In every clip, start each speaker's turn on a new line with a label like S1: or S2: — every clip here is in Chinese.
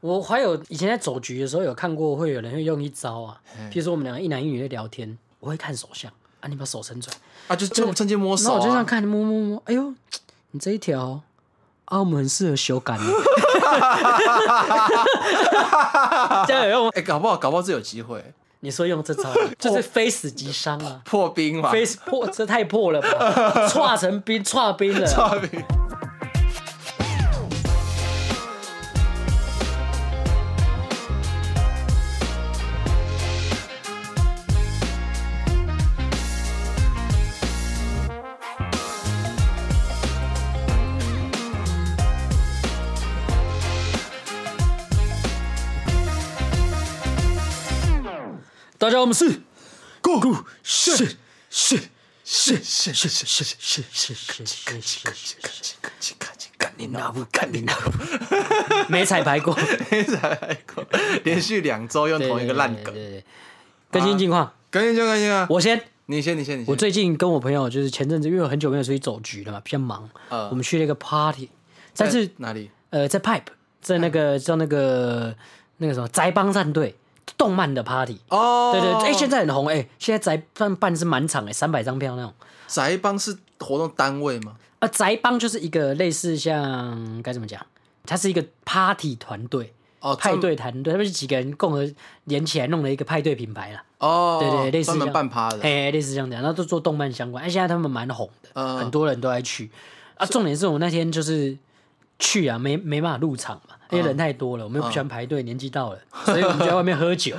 S1: 我还有以前在走局的时候有看过，会有人会用一招啊，譬如说我们两个一男一女在聊天，我会看手相啊，你把手伸出来，
S2: 啊，就趁趁机摸
S1: 然后
S2: 手
S1: 我就这样
S2: 啊，
S1: 看，摸摸摸，哎呦，你这一条啊，我们很适合修改耶，这样有用吗？
S2: 哎，搞不好搞不好这有机会
S1: 你说用这招就是非死即伤啊，
S2: 破冰嘛，
S1: 非死破这太破了吧，化成冰，化冰了。
S2: 破冰。
S1: 大家好，我们是
S2: Go
S1: 是是是是
S2: 是
S1: 是
S2: 是是
S1: 是是是是是，
S2: 赶紧赶紧拿不赶紧拿不，
S1: 没彩排过，
S2: 连续两周用 同一个烂
S1: 对
S2: 梗，
S1: 对对更新近况，
S2: 赶紧就赶紧啊！嗯
S1: 我先。
S2: 你先，你先，你先。
S1: 我最近跟我朋友就是前阵子，因为我很久没有出去走局了嘛，比较忙，
S2: 嗯
S1: 我们去了一个 party，但
S2: 在
S1: 是
S2: 哪里？
S1: 呃，在 Pipe，在那
S2: 嗯
S1: 个叫那个那个什么宅帮战队动漫的 party，、
S2: 哦，
S1: 对对，哎、现在很红，哎、现在宅办办是满场哎、三百张票那种。
S2: 宅帮是活动单位吗？
S1: 啊，宅帮就是一个类似像该怎么讲，它是一个 party 团队。
S2: 哦
S1: 派
S2: 专
S1: 对团队，他们是几个人共合连起来弄了一个派对品牌啦。
S2: 哦，
S1: 对对，类似
S2: 专
S1: 这
S2: 门
S1: 样
S2: 办趴的。
S1: 哎、类似这样的，然后都做动漫相关。哎、现在他们蛮红的，
S2: 嗯
S1: 很多人都在去。啊，重点是我那天就是去啊，没没办法入场嘛，
S2: 嗯
S1: 因为人太多了，我们又不喜欢排队，年纪到了，所以我们就在外面喝 酒，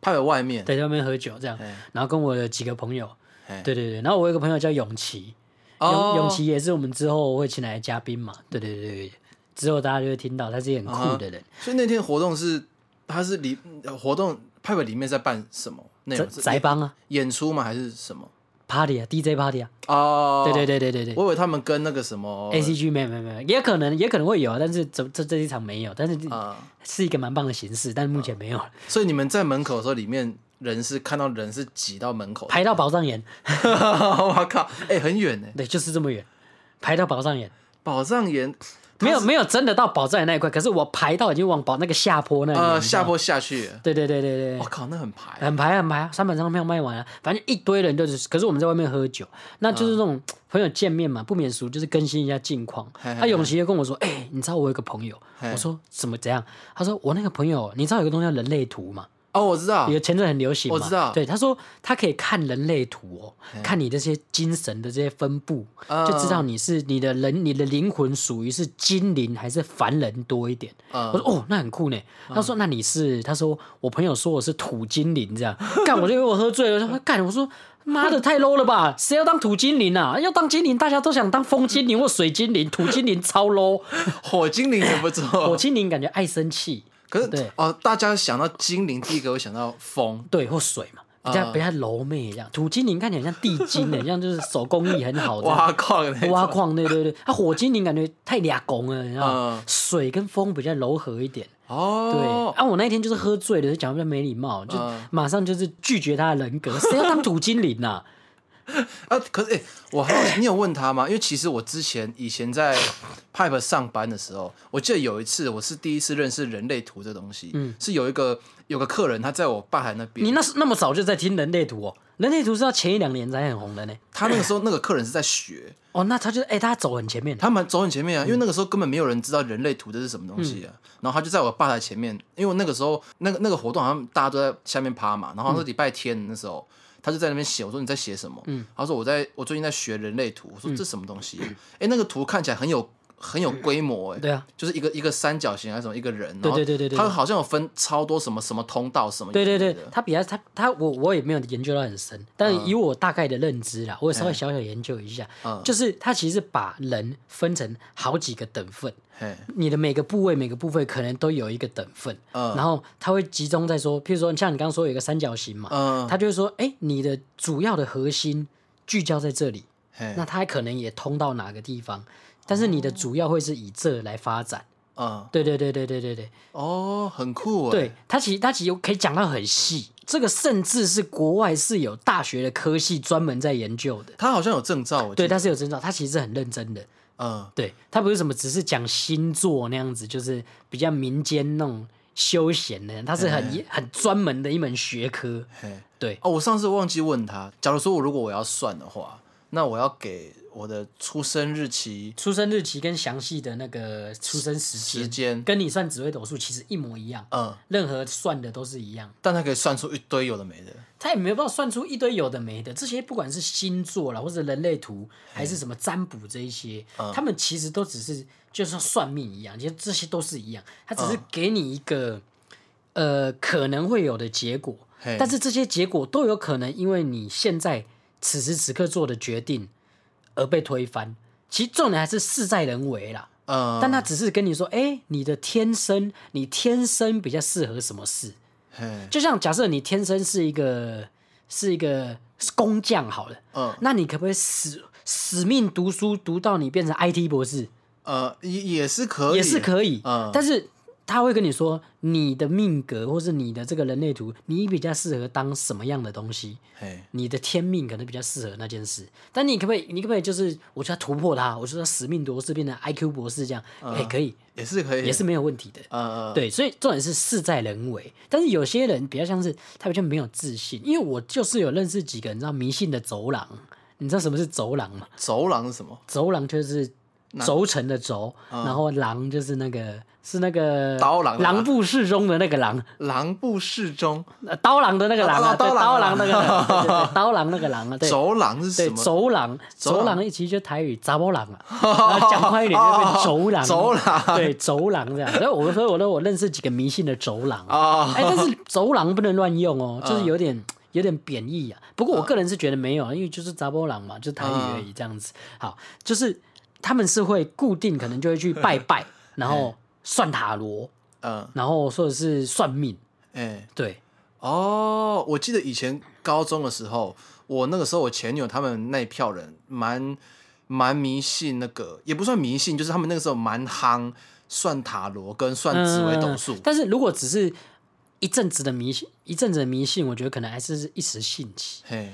S2: 派在外面，
S1: 对，在外面喝酒这样
S2: 哎。
S1: 然后跟我的几个朋友，
S2: 哎
S1: 对对对，然后我有一个朋友叫永琪，
S2: 哦
S1: 永永琪也是我们之后会请来的嘉宾嘛，对对对对，之后大家就会听到他是一个
S2: 嗯
S1: 很酷的人，
S2: 所以那天活动是，它是里活动派对里面在办什么内
S1: 宅
S2: 容？是
S1: 宅帮啊
S2: 演出吗？还是什么？
S1: ，party 啊，DJ party 啊，
S2: 哦，
S1: 对对对对对对。
S2: 我以为他们跟那个什么
S1: A C G 没有没有没有，也可能也可能会有啊，但是这这这一场没有，但是
S2: 啊，
S1: 是一个蛮棒的形式，但目前没有了，
S2: 所以你们在门口的时候，里面人是看到人是挤到门口的，
S1: 排到宝藏岩，
S2: 我靠，哎，很远呢，
S1: 对，就是这么远，排到宝藏岩，
S2: 宝藏岩
S1: 没有没有真的到宝藏岩那一块，可是我排到已经往宝那个下坡那里，你知
S2: 呃
S1: 道
S2: 下哦
S1: 吗，
S2: 坡下去了，
S1: 对对对啊对
S2: 我
S1: 对。
S2: 靠，那很排，
S1: 很排很排，三百张票卖完了，反正一堆人就是，可是我们在外面喝酒，那就是
S2: 啊
S1: 那种朋友见面嘛，不免俗，就是更新一下近况。
S2: 嘿嘿
S1: 他永琪就跟我说：“哎、你知道我有个朋友？”
S2: 嘿
S1: 我说：“怎么怎样？”他说：“我那个朋友，你知道有个东西叫人类图吗？”
S2: 哦，我知道
S1: 有，前阵很流行嘛，
S2: 我知道
S1: 对，他说他可以看人类图哦，看你这些精神的这些分布，
S2: 嗯
S1: 就知道你是你的人，你的灵魂属于是精灵还是凡人多一点。
S2: 嗯
S1: 我说哦，那很酷呢。他说那你是，他说我朋友说我是土精灵这样， 干我就因为我喝醉了，我说干，我说妈的太 low 了吧，谁要当土精灵啊？要当精灵，大家都想当风精灵或水精灵，土精灵超 low，
S2: 火精灵也不错
S1: 火，精灵感觉爱生气。
S2: 可是
S1: 对
S2: 哦，大家想到精灵，第一个会想到风，
S1: 对，或水嘛，比较、
S2: 啊
S1: 比较柔媚这样。土精灵看起来很像地精的，很像就是手工艺很好的
S2: 挖矿那种
S1: 挖矿，对对对。啊，火精灵感觉太俩拱了，你知道吗
S2: 嗯？
S1: 水跟风比较柔和一点。对，
S2: 哦，
S1: 啊，我那一天就是喝醉了，就讲得比较没礼貌，就
S2: 嗯
S1: 马上就是拒绝他的人格，谁要当土精灵呐、
S2: 啊，可是哎、欸我好奇你有问他吗？因为其实我之前以前在 Pipe 上班的时候，我记得有一次我是第一次认识人类图这东西，是有一个有个客人他在我吧台那
S1: 你
S2: 边，
S1: 那时那么早就在听人类图哦，人类图是要前一两年才很红的呢。
S2: 他那个时候那个客人是在学，
S1: 哦，那他就哎、他走很前面，
S2: 他们走很前
S1: 嗯
S2: 面啊，因为那个时候根本没有人知道人类图这是什么东西啊，然后他就在我吧台前面，因为我那个时候那个那个活动好像大家都在下面趴嘛，然后是礼拜天那时候。他就在那边写，我说你在写什么？
S1: 嗯
S2: 他说我在我最近在学人类图。我说这什么东西、啊？哎、那个图看起来很有很有规模、哎、
S1: 对啊，
S2: 就是一个一个三角形还是什么一个人，
S1: 对
S2: 然后
S1: 对对对对
S2: 它好像有分超多什么什么通道什么，
S1: 对对对
S2: 的，
S1: 他比较他他我我也没有研究到很深，但是以我大概的认知啦，我也稍微小小研究一下，
S2: 嗯
S1: 就是他其实把人分成好几个等份，
S2: 嘿，
S1: 你的每个部位每个部分可能都有一个等份，
S2: 嗯
S1: 然后他会集中在说，譬如说像你刚刚说有一个三角形嘛，
S2: 嗯，
S1: 他就会说，哎、你的主要的核心聚焦在这里，
S2: 嘿，
S1: 那它可能也通到哪个地方，但是你的主要会是以这来发展，
S2: 嗯，
S1: 对对对对对对对。
S2: 哦，很酷、哎，
S1: 对，他其实他其实可以讲到很细，这个甚至是国外是有大学的科系专门在研究的。
S2: 他好像有证照，我记
S1: 对，
S2: 得
S1: 他是有证照，他其实是很认真的。
S2: 嗯，
S1: 对，它不是什么只是讲星座那样子，就是比较民间那种休闲的，它是很、
S2: 嗯
S1: 很专门的一门学科。
S2: 嘿，
S1: 对，
S2: 哦，我上次忘记问他，假如说我如果我要算的话，那我要给我的出生日期
S1: 出生日期跟详细的那个出生时间，
S2: 时间，
S1: 跟你算紫微斗数其实一模一样，
S2: 嗯，
S1: 任何算的都是一样。
S2: 但他可以算出一堆有的没的，
S1: 他也没有办法算出一堆有的没的，这些不管是星座啦，或者人类图，还
S2: 嗯
S1: 是什么占卜这一些，他们其实都只是就像算命一样，其实这些都是一样，他只是
S2: 嗯
S1: 给你一个、呃可能会有的结果，
S2: 嘿，
S1: 但是这些结果都有可能因为你现在此时此刻做的决定而被推翻。其实重点还是事在人为啦，
S2: 嗯，
S1: 但他只是跟你说，哎、你的天生，你天生比较适合什么事。
S2: 嘿，
S1: 就像假设你天生是一个是一个工匠好了，
S2: 嗯
S1: 那你可不可以死死命读书读到你变成 IT 博士
S2: 呃，也也是可以，
S1: 也是可以，
S2: 嗯
S1: 但是他会跟你说你的命格或是你的这个人类图，你比较适合当什么样的东西。
S2: 嘿，
S1: 你的天命可能比较适合那件事，但你可不可以？你可不可以就是我就要突破它，我就要死命博士变成 IQ 博士这样？
S2: 嗯
S1: 哎、可以，
S2: 也是可以，
S1: 也是，没有问题的。
S2: 呃，
S1: 对，所以重点是事在人为。但是有些人比较像是他比较没有自信，因为我就是有认识几个人，你知道迷信的走廊，你知道什么是走廊吗？
S2: 走廊是什么？
S1: 走廊就是轴承的轴，然后廊就是那个是那个
S2: 嗯刀郎啊
S1: 狼部适中的那个狼，
S2: 狼不适中，
S1: 呃刀郎的那个狼啊，
S2: 啊刀
S1: 对，
S2: 刀
S1: 刀
S2: 郎
S1: 郎
S2: 啊
S1: 那个狼，对对 对刀郎那个狼啊，对。
S2: 走廊是
S1: 对
S2: 什，么？
S1: 走廊，
S2: 廊
S1: 走廊其实就台语“杂波 狼”啊，然后讲快一点就变走廊，啊
S2: 走廊
S1: 对，走廊这样。所以我所以我说我认识几个迷信的走廊，
S2: 啊，
S1: 哎、但是走廊不能乱用 哦，
S2: 嗯
S1: 就是有点、有点贬义啊。不过我个人是觉得没有，啊，因为就是杂波郎嘛，就是台语而已这样
S2: 嗯
S1: 子。好，就是他们是会固定，可能就会去拜 拜，然后算塔罗，
S2: 嗯，
S1: 然后或者是算命，
S2: 哎，
S1: 对，
S2: 哦，我记得以前高中的时候，我那个时候我前女友他们那一票人蛮蛮迷信那个，也不算迷信，就是他们那个时候蛮夯算塔罗跟算紫微斗数
S1: 嗯。但是如果只是一阵子的迷信，一阵子的迷信，我觉得可能还是一时兴起。
S2: 嘿，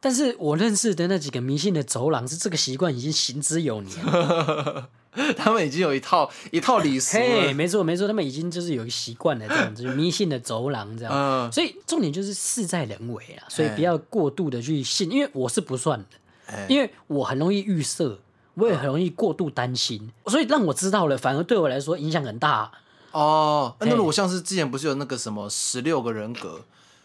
S1: 但是我认识的那几个迷信的走廊，是这个习惯已经行之有年了。
S2: 他们已经有一套一套礼俗
S1: 嘿，
S2: 了。
S1: 没错没错，他们已经就是有一个习惯了，这样子就是迷信的走廊这样。
S2: 嗯
S1: 所以重点就是事在人为啦，所以
S2: 嘿
S1: 不要过度的去信，因为我是不算的，
S2: 哎
S1: 因为我很容易预设，我也很容易过度担心，
S2: 嗯
S1: 所以让我知道了，反而对我来说影响很大。
S2: 哦，那
S1: 嘿
S2: 如果像是之前不是有那个什么十六个人格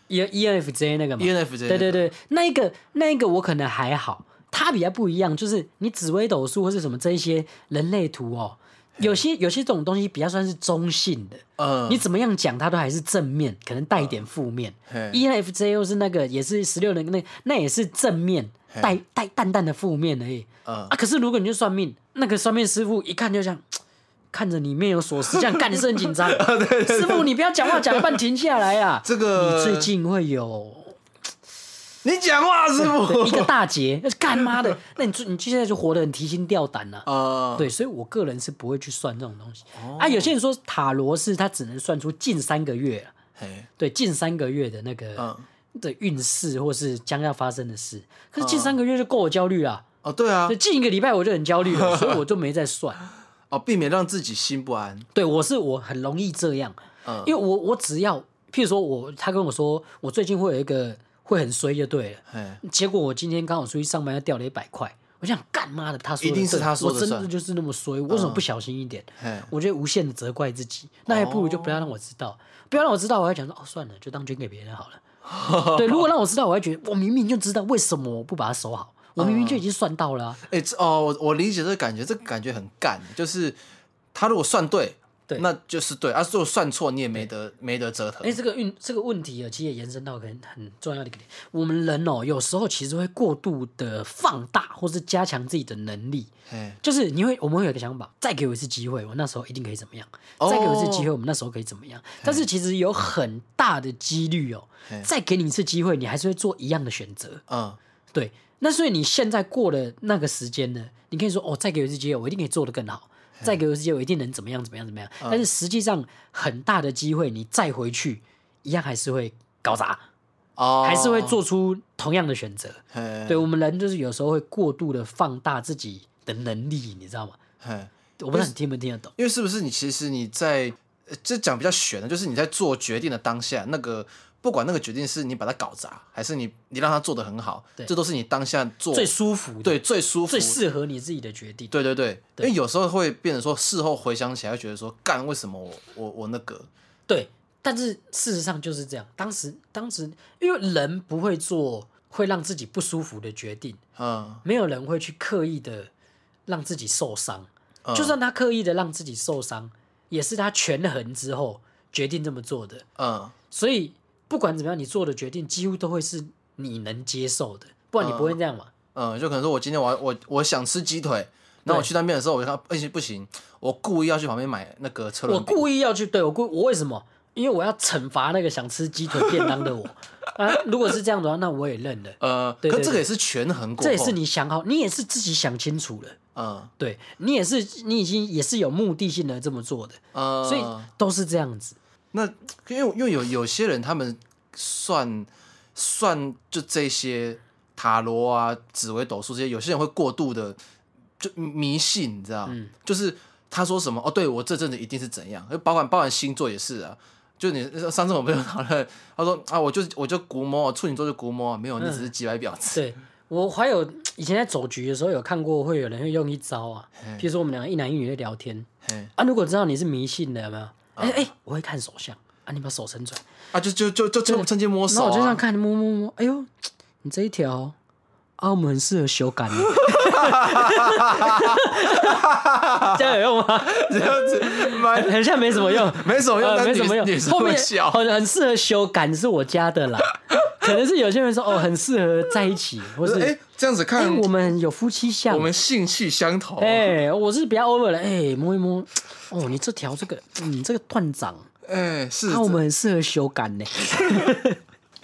S1: E E N F J 那个嘛
S2: ENFJ，
S1: 对对
S2: 那个，
S1: 对，那一个那一个我可能还好，它比较不一样，就是你紫微斗数或是什么这一些人类图哦，有些有些这种东西比较算是中性的，
S2: 嗯，
S1: 你怎么样讲，它都还是正面，可能带一点负面。E
S2: 嘿
S1: ENFJ 又是那个，也是十六人，那那也是正面，
S2: 嘿
S1: 带带淡淡的负面而已。
S2: 嗯
S1: 啊，可是如果你去算命，那个算命师傅一看就像看着你面有所思，这样干你是很紧张。
S2: 啊
S1: 师傅，你不要讲话讲一半停下来啊！
S2: 这个
S1: 你最近会有
S2: 你讲话师
S1: 对一
S2: 傅
S1: 个大劫，那是干妈 的，那你最你现在就活得很提心吊胆了、
S2: 啊，
S1: 对，所以我个人是不会去算这种东西、
S2: 哦
S1: 啊。有些人说塔罗是他只能算出近三个月啊
S2: 嘿，
S1: 对近三个月的那个、
S2: 嗯，
S1: 的运势，或是将要发生的事。可是近三个月就够我焦虑了，
S2: 哦，对啊
S1: 所以，近一个礼拜我就很焦虑 了，所以我就没再算。
S2: 哦，避免让自己心不安，
S1: 对我是我很容易这样，
S2: 嗯
S1: 因为我我只要譬如说我他跟我说我最近会有一个会很衰就对了，
S2: 嘿，
S1: 结果我今天刚好出去上班，又掉了一百块。我想干妈的，他说的
S2: 一定是
S1: 对
S2: 他说的
S1: 我真的
S2: 算嗯
S1: 就是那么衰，我为什么不小心一点？
S2: 嘿，
S1: 我就无限的责怪自己，那还不如就不要让我知道，不要让我知道，我还想说哦，算了，就当捐给别人好了。 对，如果让我知道，我还觉得我明明就知道，为什么我不把它守好？我明明就已经算到了啊、
S2: 哎、这哦，我我理解这个感觉，这个感觉很干，就是他如果算对，
S1: 对
S2: 那就是对；，啊，如果算错，你也没得没得折腾
S1: 哎、。这个运这个问题啊，其实也延伸到可能很重要的一个点，我们人哦，有时候其实会过度的放大或是加强自己的能力，
S2: 哎、
S1: 就是你会，我们会有一个想法，再给我一次机会，我那时候一定可以怎么样？
S2: 哦
S1: 再给我一次机会，我们那时候可以怎么样？但是其实有很大的几率哦
S2: 嘿，
S1: 再给你一次机会，你还是会做一样的选择。
S2: 嗯，
S1: 对，那所以你现在过了那个时间呢，你可以说哦，再给我一次机会，我一定可以做得更好。再给我一次机会，我一定能怎么样怎么样怎么样。
S2: 嗯
S1: 但是实际上，很大的机会，你再回去，一样还是会搞砸，
S2: 哦，嗯
S1: 还是会，做出同样的选择。
S2: 嘿，
S1: 对我们人就是有时候会过度的放大自己的能力，你知道吗？
S2: 嘿，
S1: 我不知道你听不听得懂。
S2: 因为是不是你其实你在呃这讲比较悬的，就是你在做决定的当下，那个不管那个决定是你把它搞砸，还是你你让它做得很好，
S1: 对
S2: 这都是你当下做
S1: 最舒服的，
S2: 对最舒服
S1: 最适合你自己的决定。
S2: 对对对，因为有时候会变成说事后回想起来，会觉得说干为什么我我我那个
S1: 对，但是事实上就是这样。当时，当时因为人不会做会让自己不舒服的决定，
S2: 嗯
S1: 没有人会去刻意的让自己受伤。
S2: 嗯
S1: 就算他刻意的让自己受伤，也是他权衡之后决定这么做的。
S2: 嗯
S1: 所以不管怎么样，你做的决定几乎都会是你能接受的，不然你不会这样嘛。
S2: 嗯，就可能说我今天我要我我想吃鸡腿，然后我去那边的时候，我就看不行不行，我故意要去旁边买那个车
S1: 我
S2: 轮饼，
S1: 故意要去，对我故我为什么？因为我要惩罚那个想吃鸡腿便当的我 啊！如果是这样的话，那我也认了。
S2: 呃，
S1: 对对
S2: 可这
S1: 对
S2: 个也是权衡过后，
S1: 这也是你想好，你也是自己想清楚了，
S2: 嗯
S1: 对你也是，你已经也是有目的性的这么做的，
S2: 呃，
S1: 所以都是这样子。
S2: 那因为因为有有些人他们算算就这些塔罗啊、紫微斗数这些，有些人会过度的就迷信，你知道？
S1: 嗯
S2: 就是他说什么哦，对我这阵子一定是怎样，包含包含星座也是啊。就你上次我朋友讨论，他说啊，我就我就估摸处女座就估摸，啊没有
S1: 嗯
S2: 你只是几百婊子。
S1: 对我还有以前在走局的时候有看过，会有人会用一招啊，比如说我们两个一男一女在聊天
S2: 嘿
S1: 啊，如果知道你是迷信的，有没有？哎哎，我会看手相啊，你把手伸出来，
S2: 啊，就就就就趁趁机摸
S1: 然后
S2: 手
S1: 我就这样
S2: 啊，
S1: 看，摸摸摸，哎呦，你这一条啊，我们很适合修改耶，这样有用吗？
S2: 这样子 蛮
S1: 很像没什么用。
S2: 没什么用，
S1: 呃
S2: 但
S1: 没
S2: 女
S1: 什么用。
S2: 女生
S1: 后
S2: 会
S1: 面
S2: 笑，
S1: 很很适合修改是我家的啦，可能是有些人说哦，很适合在一起，或是
S2: 哎，这样子
S1: 哎、
S2: 看
S1: 我们有夫妻相
S2: 我，们性气相投。
S1: 哎、我是比较 over 了，哎、摸一摸，哦，你这条这个，嗯，这个断掌，
S2: 哎、是
S1: 那、
S2: 这，
S1: 啊我们很适合修改呢。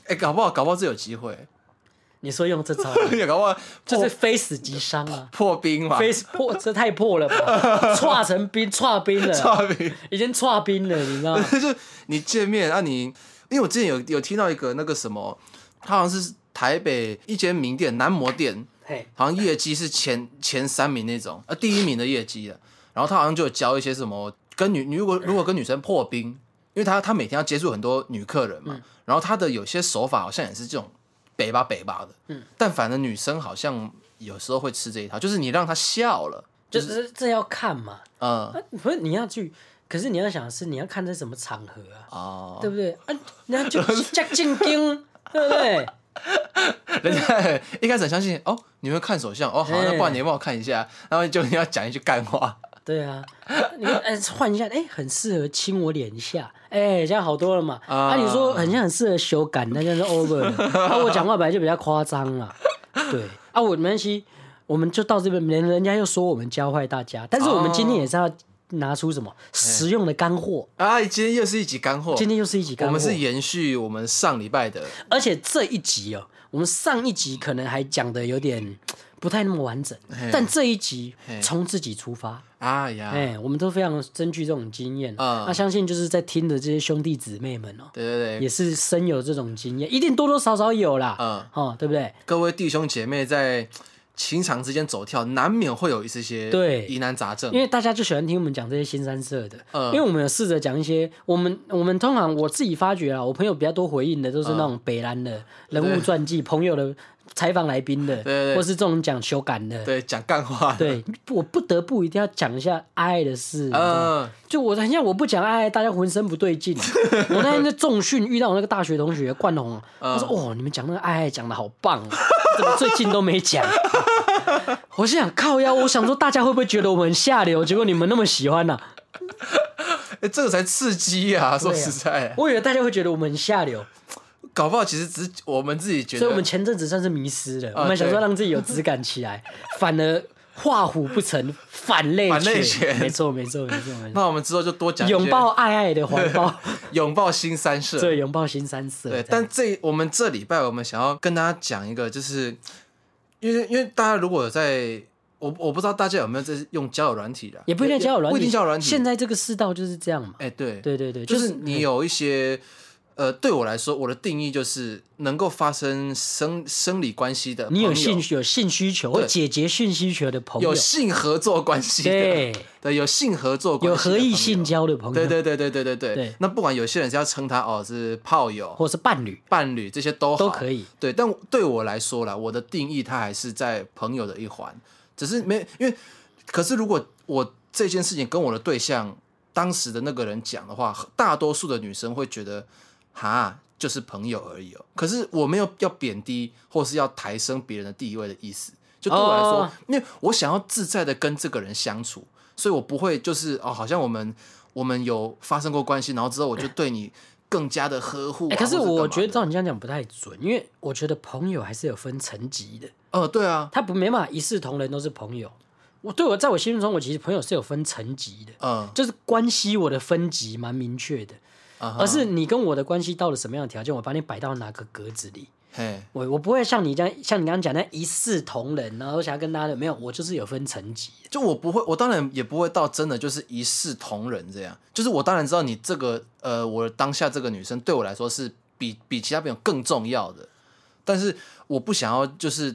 S2: 哎、搞不好，搞不好这有机会，
S1: 你说用这 招，啊
S2: 也搞不好
S1: 就
S2: 破
S1: 是非死即伤啊，
S2: 破冰嘛，
S1: 非死破这太破了 吧，化成冰，化冰了，
S2: 破冰，
S1: 已经化冰了，你知道吗？
S2: 就你见面啊你，因为我之前有有听到一个那个什么，他好像是台北一间名店男模店，
S1: 嘿，
S2: 好像业绩是前前三名那种，呃，第一名的业绩的。然后他好像就有教一些什么跟女，如果如果跟女生破冰，因为他他每天要接触很多女客人嘛，
S1: 嗯
S2: 然后他的有些手法好像也是这种北吧北吧的，嗯，但反正女生好像有时候会吃这一套，就是你让她笑了，
S1: 就是这要看嘛，
S2: 嗯
S1: 啊，不是你要去，可是你要想的是你要看在什么场合啊，
S2: 哦，
S1: 对不对？啊，人家就加进京，对不对？
S2: 人家一开始很相信哦，你会看手相哦，好，那
S1: 嗯
S2: 不然你帮我看一下，然后就你要讲一句干话，
S1: 对啊，你看，哎，换一下，哎，很适合亲我脸一下，哎，这样好多了嘛。
S2: 啊
S1: 啊，你说很像很适合修改，那就是 over 了。啊，我讲话本来就比较夸张 啊，对啊，我没关系，我们就到这边，人人家又说我们教坏大家，但是我们今天也是要拿出
S2: 哦
S1: 什么实用的干货。
S2: 啊，今天又是一集干货，
S1: 今天又是一集干
S2: 哦我
S1: 货，
S2: 们是延续我们上礼拜的，
S1: 而且这一集哦，我们上一集可能还讲的有点不太那么完整
S2: 嘿，
S1: 但这一集
S2: 嘿
S1: 从自己出发，
S2: 哎呀，
S1: 哎、我们都非常根据这种经验，
S2: 嗯
S1: 那相信就是在听的这些兄弟姊妹们哦，
S2: 对对
S1: 也
S2: 对，
S1: 是深有这种经验，一定多多少少有啦，
S2: 嗯
S1: 哦，对不对？
S2: 各位弟兄姐妹在情场之间走跳，难免会有一些些
S1: 对
S2: 疑难杂症
S1: 因。为大家就喜欢听我们讲这些新三色的，
S2: 嗯
S1: 因为我们有试着讲一些我们我们通常我自己发觉啊，我朋友比较多回应的都是那种北兰的人物传记、朋友的采访来宾的，
S2: 对对
S1: 或是这种讲修改的，
S2: 对，讲干话。，
S1: 对，我不得不一定要讲一下阿爱的事。你知道吗
S2: 嗯，
S1: 就我很像我不讲阿爱，大家浑身不对 劲。我那天在重训遇到我那个大学同学冠宏，他
S2: 嗯
S1: 说：“哦，你们讲那个爱爱讲的好棒、啊，怎么最近都没讲？” 我是想靠腰，我想说大家会不会觉得我们很下流？结果你们那么喜欢呢、啊
S2: 哎这个才刺激啊！说
S1: 对啊
S2: 实在，
S1: 我以为大家会觉得我们很下流，
S2: 搞不好其实只是我们自己觉
S1: 所以我们
S2: 得，
S1: 前阵子算是迷失了。我们想
S2: 对
S1: 说让自己有质感起来，反而化虎不成反类
S2: 反类犬
S1: 没错，没错，没错，没错。
S2: 那我们之后就多讲一些
S1: 拥抱爱爱的怀抱，
S2: 拥抱新三社。
S1: 对，拥抱新三色。
S2: 对，
S1: 这样
S2: 但这我们这礼拜我们想要跟大家讲一个，就是因为因为大家如果有在，我我不知道大家有没有在用交友软体的，
S1: 也不一定交友软体，
S2: 不一定交友软体。
S1: 现在这个世道就是这样嘛。
S2: 哎，对
S1: 对对对，
S2: 就
S1: 就是
S2: 你有一些呃，对我来说，我的定义就是能够发生生生理关系的
S1: 你有
S2: 朋
S1: 性有性需求或
S2: 对
S1: 解决性需求的朋友
S2: 有，性合作关系的，
S1: 对
S2: 对，有性合作关
S1: 有
S2: 系的
S1: 合意
S2: 朋
S1: 性
S2: 友，
S1: 交的朋友，
S2: 对对对对对对对。
S1: 对
S2: 那不管有些人是要称他哦是炮友、
S1: 或是伴侣
S2: 伴侣这些都好
S1: 都可以。
S2: 对，但我对我来说啦，我的定义它还是在朋友的一环，只是没因为，可是如果我这件事情跟我的对象当时的那个人讲的话，大多数的女生会觉得哈就是朋友而已哦。可是我没有要贬低或是要抬升别人的地位的意思，就对我来说，
S1: 哦
S2: 因为我想要自在的跟这个人相处，所以我不会就是哦，好像我们我们有发生过关系，然后之后我就对你更加的呵护啊、
S1: 哎、可是
S2: 或
S1: 我
S2: 干嘛
S1: 觉得
S2: 的
S1: 照你这样讲不太准，因为我觉得朋友还是有分层级的，
S2: 呃，对啊，
S1: 他不没办法一视同仁都是朋友。我对我在我心目中，我其实朋友是有分层级的，
S2: 嗯，
S1: 就是关系我的分级蛮明确的，
S2: 啊哈
S1: 而是你跟我的关系到了什么样的条件，我把你摆到哪个格子里。
S2: 嘿，
S1: 我我不会像你这样，像你刚刚讲那一视同仁，然后想要跟大家的没有，我就是有分层级的。
S2: 就我不会，我当然也不会到真的就是一视同仁这样。就是我当然知道你这个呃，我当下这个女生对我来说是比比其他朋友更重要的，但是我不想要就是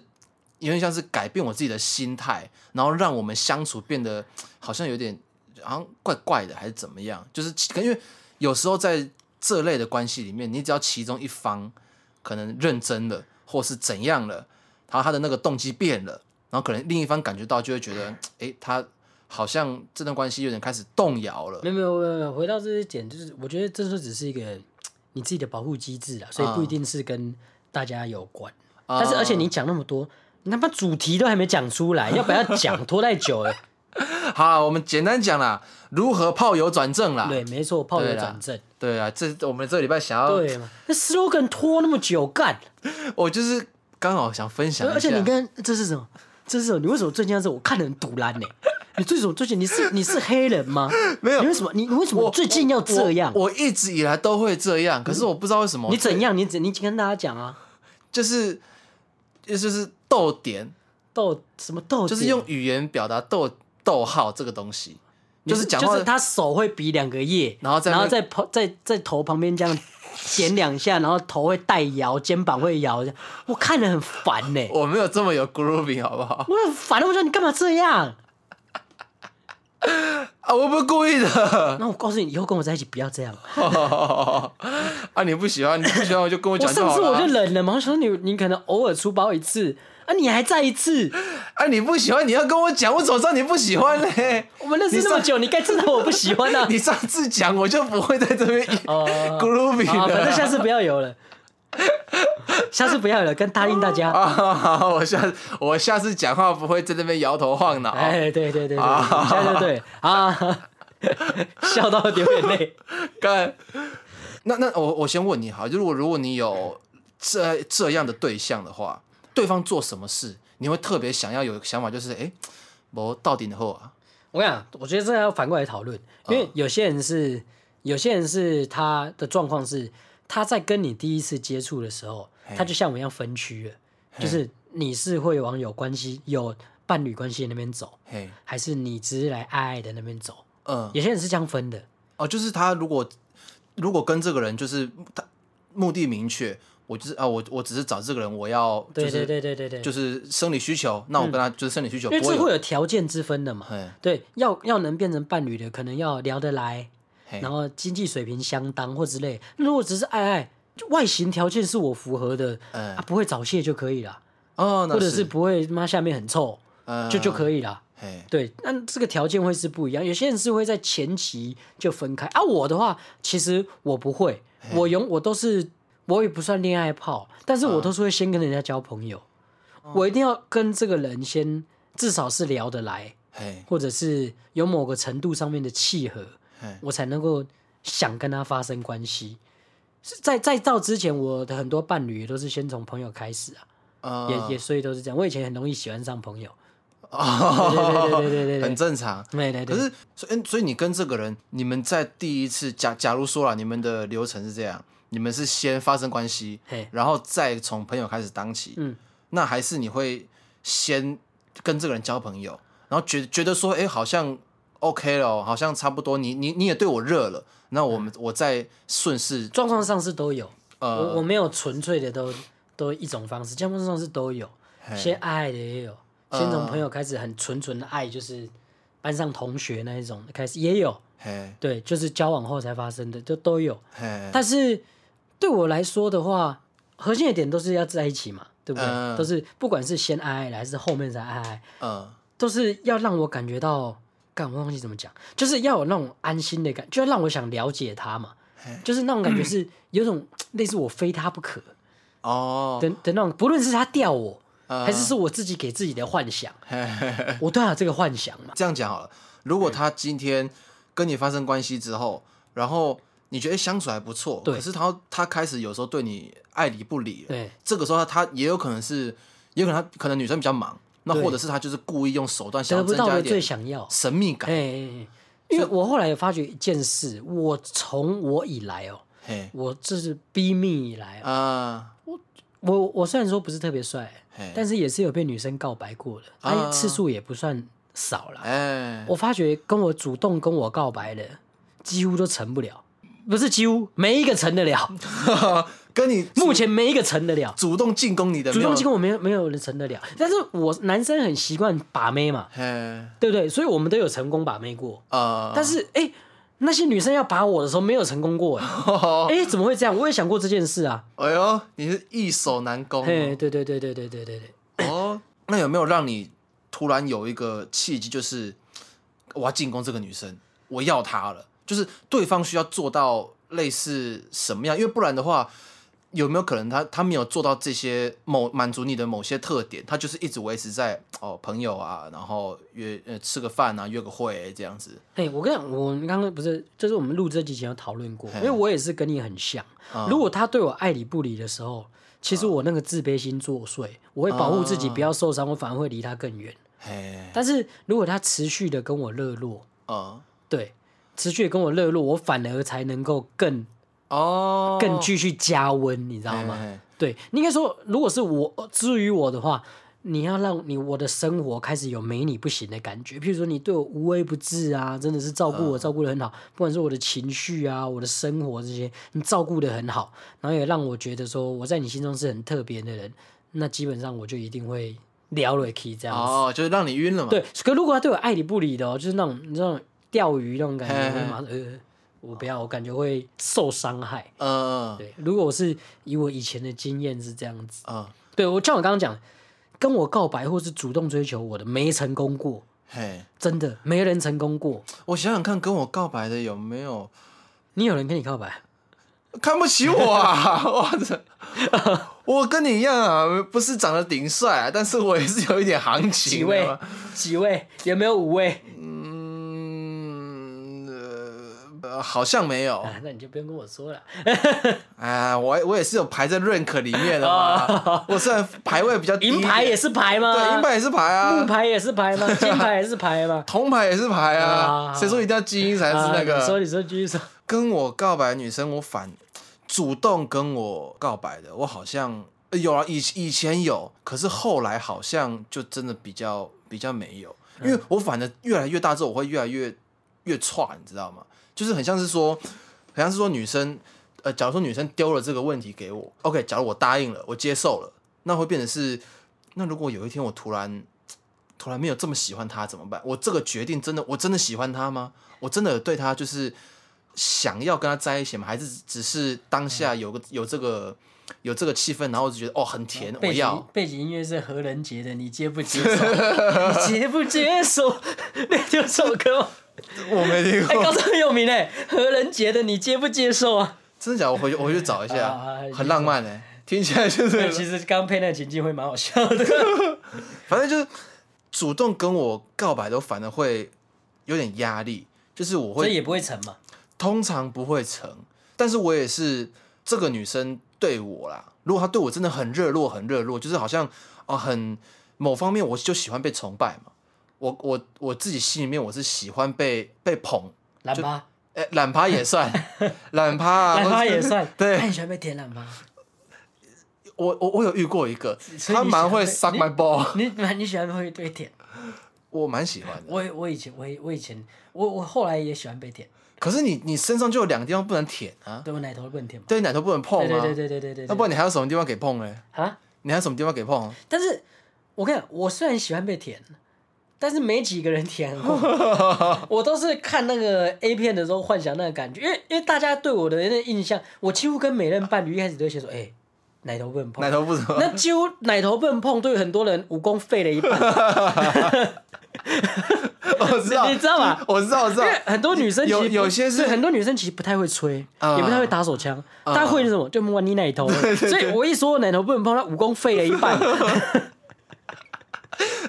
S2: 有点像是改变我自己的心态，然后让我们相处变得好像有点好像怪怪的还是怎么样？就是其因为有时候在这类的关系里面，你只要其中一方可能认真了，或是怎样了，然后他的那个动机变了，然后可能另一方感觉到就会觉得，哎，他好像这段关系有点开始动摇了
S1: 没。有没有没有没有，回到这一点，就是我觉得这就只是一个你自己的保护机制啦，所以不一定是跟大家有关。
S2: 啊
S1: 但是而且你讲那么多，你他妈主题都还没讲出来，要不要讲？拖太久了。
S2: 好啦，我们简单讲啦，如何炮友转正啦。
S1: 对，没错，炮友
S2: 对啦
S1: 转正。
S2: 对啊，这我们这礼拜 想要，
S1: 对嘛？那 slogan 拖那么久干，
S2: 我就是刚好想分享一下。
S1: 而且你跟这是什么？这是什么？你为什么最近要这样？我看得很堵烂 呢。你最什么最近你是你是黑人吗？
S2: 没有
S1: 你为什么你你为什么最近要这样？嗯
S2: 我我一直以来都会这样，可是我不知道为什么。
S1: 你怎样？你怎你跟大家讲啊？
S2: 就是就是逗点，
S1: 逗什么逗点？
S2: 就是用语言表达逗逗号这个东西，
S1: 你
S2: 就是讲话
S1: 就是他手会比两个耶，
S2: 然后在
S1: 然后
S2: 那
S1: 在头在在头旁边这样点两下，然后头会带摇，肩膀会摇，这样我看得很烦呢、
S2: 我没有这么有 grooving 好不好？
S1: 我很烦，我说你干嘛这样？
S2: 啊，我不是故意的。
S1: 那我告诉你，以后跟我在一起不要这样。
S2: 啊，你不喜欢，你不喜欢我就跟我
S1: 我
S2: 讲就
S1: 上
S2: 好
S1: 次我
S2: 了
S1: 就
S2: 啊。
S1: 忍了嘛，我想说你你可能偶尔出包一次 啊，你还再一次，
S2: 啊，你不喜欢，你要跟我讲，我怎么知道你不喜欢 嘞？
S1: 我们认识那么久，你该知道我不喜欢啊。
S2: 你上次讲，我就不会在这边
S1: 哦
S2: grooving
S1: 好， 反正
S2: 了。
S1: 下次不要有了，下次不要有了，跟答应大家。
S2: 啊，好，我下次我下次讲话不会在这边摇头晃脑。
S1: 哎，对对对对，
S2: 啊
S1: 对对对啊， 笑到流眼泪。
S2: 干。那那我我先问你好，如果如果你有这这样的对象的话，对方做什么事，你会特别想要有想法，就是哎，我到底以后啊，
S1: 我跟你讲，我觉得这要反过来讨论，因为有些人是，有些人是他的状况是，他在跟你第一次接触的时候，他就像我一样分区了，就是你是会往有关系、有伴侣关系的那边走，
S2: 嘿，
S1: 还是你只是来爱爱的那边走？
S2: 嗯，
S1: 有些人是这样分的，
S2: 哦，就是他如果如果跟这个人就是他目的明确，我就是啊，我我只是找这个人，我要就
S1: 对
S2: 是
S1: 对对对对对，
S2: 就是生理需求，那我跟他就是生理需求，
S1: 因为
S2: 不会
S1: 这
S2: 有
S1: 会有条件之分的嘛。
S2: 嘿
S1: 对，要要能变成伴侣的，可能要聊得来，
S2: 嘿
S1: 然后经济水平相当或之类。如果只是爱爱，就外形条件是我符合的，
S2: 嗯
S1: 啊，不会早泄就可以啦，
S2: 哦，那
S1: 或者是不会妈下面很臭，
S2: 呃
S1: 就就可以啦。
S2: 嘿
S1: 对，那这个条件会是不一样。有些人是会在前期就分开啊，我的话其实我不会，我永我都是我也不算恋爱炮，但是我
S2: 嗯
S1: 都是会先跟人家交朋友，我一定要跟这个人先至少是聊得来，
S2: 嘿
S1: 或者是有某个程度上面的契合，
S2: 嘿
S1: 我才能够想跟他发生关系。是在在到之前，我的很多伴侣也都是先从朋友开始啊，
S2: 呃
S1: 也也所以都是这样。我以前很容易喜欢上朋友，
S2: 哦，
S1: 对对对对对对
S2: 很正常。
S1: 对对
S2: 可
S1: 对。
S2: 是，所以嗯所以你跟这个人，你们在第一次假假如说了，你们的流程是这样，你们是先发生关系
S1: 嘿，
S2: 然后再从朋友开始当起，
S1: 嗯，
S2: 那还是你会先跟这个人交朋友，然后觉觉得说，哎、好像 OK 了哦，好像差不多，你你你也对我热了，那我
S1: 嗯
S2: 们我再顺势
S1: 状况上是都有，我我
S2: 呃
S1: 没有纯粹的都都一种方式，状况上是都有，
S2: 嘿
S1: 先爱爱的也有，先从
S2: 嗯
S1: 朋友开始很纯纯的爱，就是班上同学那一种开始也有，
S2: 嘿
S1: 对，就是交往后才发生的，就都有。
S2: 嘿，
S1: 但是对我来说的话，核心的点都是要在一起嘛，对不对？
S2: 嗯
S1: 都是不管是先爱爱的还是后面才爱爱，
S2: 呃
S1: 都是要让我感觉到，干我忘记怎么讲，就是要有那种安心的感，就要让我想了解他嘛
S2: 嘿，
S1: 就是那种感觉是有种类似我非他不可
S2: 哦，
S1: 的的那种，不论是他吊我，
S2: 呃
S1: 还是是我自己给自己的幻想，
S2: 嘿嘿嘿
S1: 我对他有这个幻想嘛，
S2: 这样讲好了，如果他今天跟你发生关系之后，然后你觉得相处还不错，
S1: 对
S2: 可是他他开始有时候对你爱理不理了，
S1: 对
S2: 这个时候他他也有可能是，也有可能他可能女生比较忙，那
S1: 对
S2: 或者是他就是故意用手段想
S1: 得
S2: 要
S1: 不
S2: 增
S1: 到
S2: 加
S1: 的
S2: 一
S1: 最
S2: 点
S1: 想要，
S2: 神秘
S1: 哎
S2: 感，
S1: 哎哎，因为我后来有发觉一件事，我从我以来哦。
S2: 嘿
S1: 我这是逼命以来，啊，
S2: 啊，
S1: 我我虽然说不是特别帅，
S2: 嘿，
S1: 但是也是有被女生告白过的，
S2: 啊
S1: 而且次数也不算少啦。
S2: 哎，
S1: 我发觉跟我主动跟我告白的，几乎都成不了，不是几乎没一个成得了，
S2: 跟你
S1: 目前没一个成得了，
S2: 主动进攻你的
S1: 主
S2: 没有
S1: 动进攻我没有没有人成得了，但是我男生很习惯把妹嘛，
S2: 嘿
S1: 对不对？所以我们都有成功把妹过，
S2: 呃，
S1: 但是哎、那些女生要把我的时候没有成功过，哎、哎怎么会这样？我也想过这件事啊，
S2: 哎呦，你是易守难攻
S1: 嘿，对对对对对对对对。
S2: 哦。 那有没有让你突然有一个契机，就是我要进攻这个女生，我要她了？就是对方需要做到类似什么样？因为不然的话，有没有可能他他没有做到这些某满足你的某些特点，他就是一直维持在哦朋友啊，然后约呃吃个饭啊，约个会、这样子。
S1: 哎、我跟你讲，我刚刚不是，就是我们录这集前有讨论过，
S2: 嘿
S1: 因为我也是跟你很像。
S2: 嗯
S1: 如果他对我爱理不理的时候，其实我那个自卑心作祟，我会保护自己
S2: 啊
S1: 不要受伤，我反而会离他更远。
S2: 嘿，
S1: 但是如果他持续的跟我热络，
S2: 嗯，
S1: 对，持续的跟我热络，我反而才能够更
S2: 哦，
S1: 更继续加温，你知道
S2: 嘿
S1: 吗？
S2: 嘿
S1: 对，你应该说，如果是我，呃至于我的话，你要让你我的生活开始有没你不行的感觉。譬如说，你对我无微不至啊，真的是照
S2: 嗯
S1: 顾我，照顾的很好，不管是我的情绪啊，我的生活这些，你照顾的很好，然后也让我觉得说我在你心中是很特别的人，那基本上我就一定会聊了 key 这样子。
S2: 哦，就是让你晕了嘛。
S1: 对，可如果他对我爱理不理的、哦，就是那种你知道那种钓鱼那种感觉，
S2: 嘿嘿
S1: 我会马上呃，我不要，我感觉会受伤害。
S2: 嗯，嗯
S1: 对，如果我是以我以前的经验是这样子。
S2: 嗯，
S1: 对我像我刚刚讲，跟我告白或是主动追求我的，没成功过，
S2: 嘿，
S1: 真的没人成功过。
S2: 我想想看，跟我告白的有没有
S1: 你有人跟你告白？
S2: 看不起我啊？ 我这，我跟你一样啊，不是长得顶帅、啊，但是我也是有一点啊行情。
S1: 几位？几位？有没有五位？
S2: 嗯，呃呃，好像没有。
S1: 啊，那你就不用跟我说了。
S2: 哎，我我也是有排在 rank 里面的 嘛。我虽然排位比较低，
S1: 银牌也是牌吗？
S2: 对，银牌也是排
S1: 木
S2: 啊，？
S1: 牌也是牌吗？金牌也是牌吗
S2: 铜牌也是排啊。
S1: 啊
S2: 谁说一定要精英才是那
S1: 啊
S2: 个？
S1: 你说，你说，继续说。
S2: 跟我告白的女生，我反主动跟我告白的，我好像呃有啊，以以前有，可是后来好像就真的比较比较没有，因为我反正越来越大之后，我会越来越越差，你知道吗？就是很像是说，很像是说女生，呃，假如说女生丢了这个问题给我，OK，假如我答应了，我接受了，那会变成是，那如果有一天我突然。突然没有这么喜欢她怎么办？我这个决定真的，我真的喜欢她吗？我真的对她就是想要跟他在一起吗？还是只是当下有个有这个有这个气氛，然后就觉得哦很甜，我
S1: 背景
S2: 要
S1: 背景音乐是何人杰的，你接不接受？你 接不接受？那就这首歌吗？
S2: 我没听
S1: 哎，
S2: 过，
S1: 刚才很有名哎，何人杰的，你接不接受啊？
S2: 真的假的？我回去我回去找一下
S1: 啊啊啊，
S2: 很浪漫哎，听起来就
S1: 对，
S2: 是
S1: 其实刚配那个情境会蛮好笑的。
S2: 反正就是主动跟我告白的，我反而会有点压力，就是我
S1: 所
S2: 会
S1: 以也不会成嘛。
S2: 通常不会成，但是我也是这个女生对我啦，如果她对我真的很热络，很热络，就是好像啊、很某方面我就喜欢被崇拜嘛，我我我自己心里面我是喜欢被被捧，
S1: 懒趴，
S2: 哎、懒趴 也算，懒趴、啊，
S1: 懒趴
S2: 或者。
S1: 也算
S2: 对
S1: 那你喜欢被舔 懒趴？
S2: 我我我有遇过一个，
S1: 所以
S2: 他
S1: 你
S2: 蛮会
S1: 喜欢
S2: suck
S1: 被
S2: my ball，
S1: 你蛮你喜欢会被舔？
S2: 我蛮喜欢的。
S1: 我我以前我也我以前我我后来也喜欢被舔，
S2: 可是你你身上就有两个地方不能舔啊，
S1: 对我奶头都不能舔嘛。
S2: 对，你奶头不能碰
S1: 对
S2: 啊，
S1: 对对对对对对。
S2: 那不然你还有什么地方给碰嘞？
S1: 啊！
S2: 你还有什么地方给碰？
S1: 但是我跟你讲，我虽然喜欢被舔，但是没几个人舔过。 我都是看那个 A 片的时候幻想那个感觉，因为因为大家对我的那个印象，我几乎跟每任伴侣一开始都会先说，哎、奶头不能碰
S2: 奶。头不怎么
S1: 那几乎奶头不能碰，对很多人武功废了一半，
S2: 我知道，
S1: 你知道吗？
S2: 我知道，我知
S1: 因
S2: 道
S1: 为。很多女生其实
S2: 有
S1: 不
S2: 有些是
S1: 对很多女生其实不太会吹，
S2: 嗯
S1: 也不太会打手枪，
S2: 嗯
S1: 大家会是什么？就摸你奶 头。所以我一说我奶头不能碰，她武功废了一半。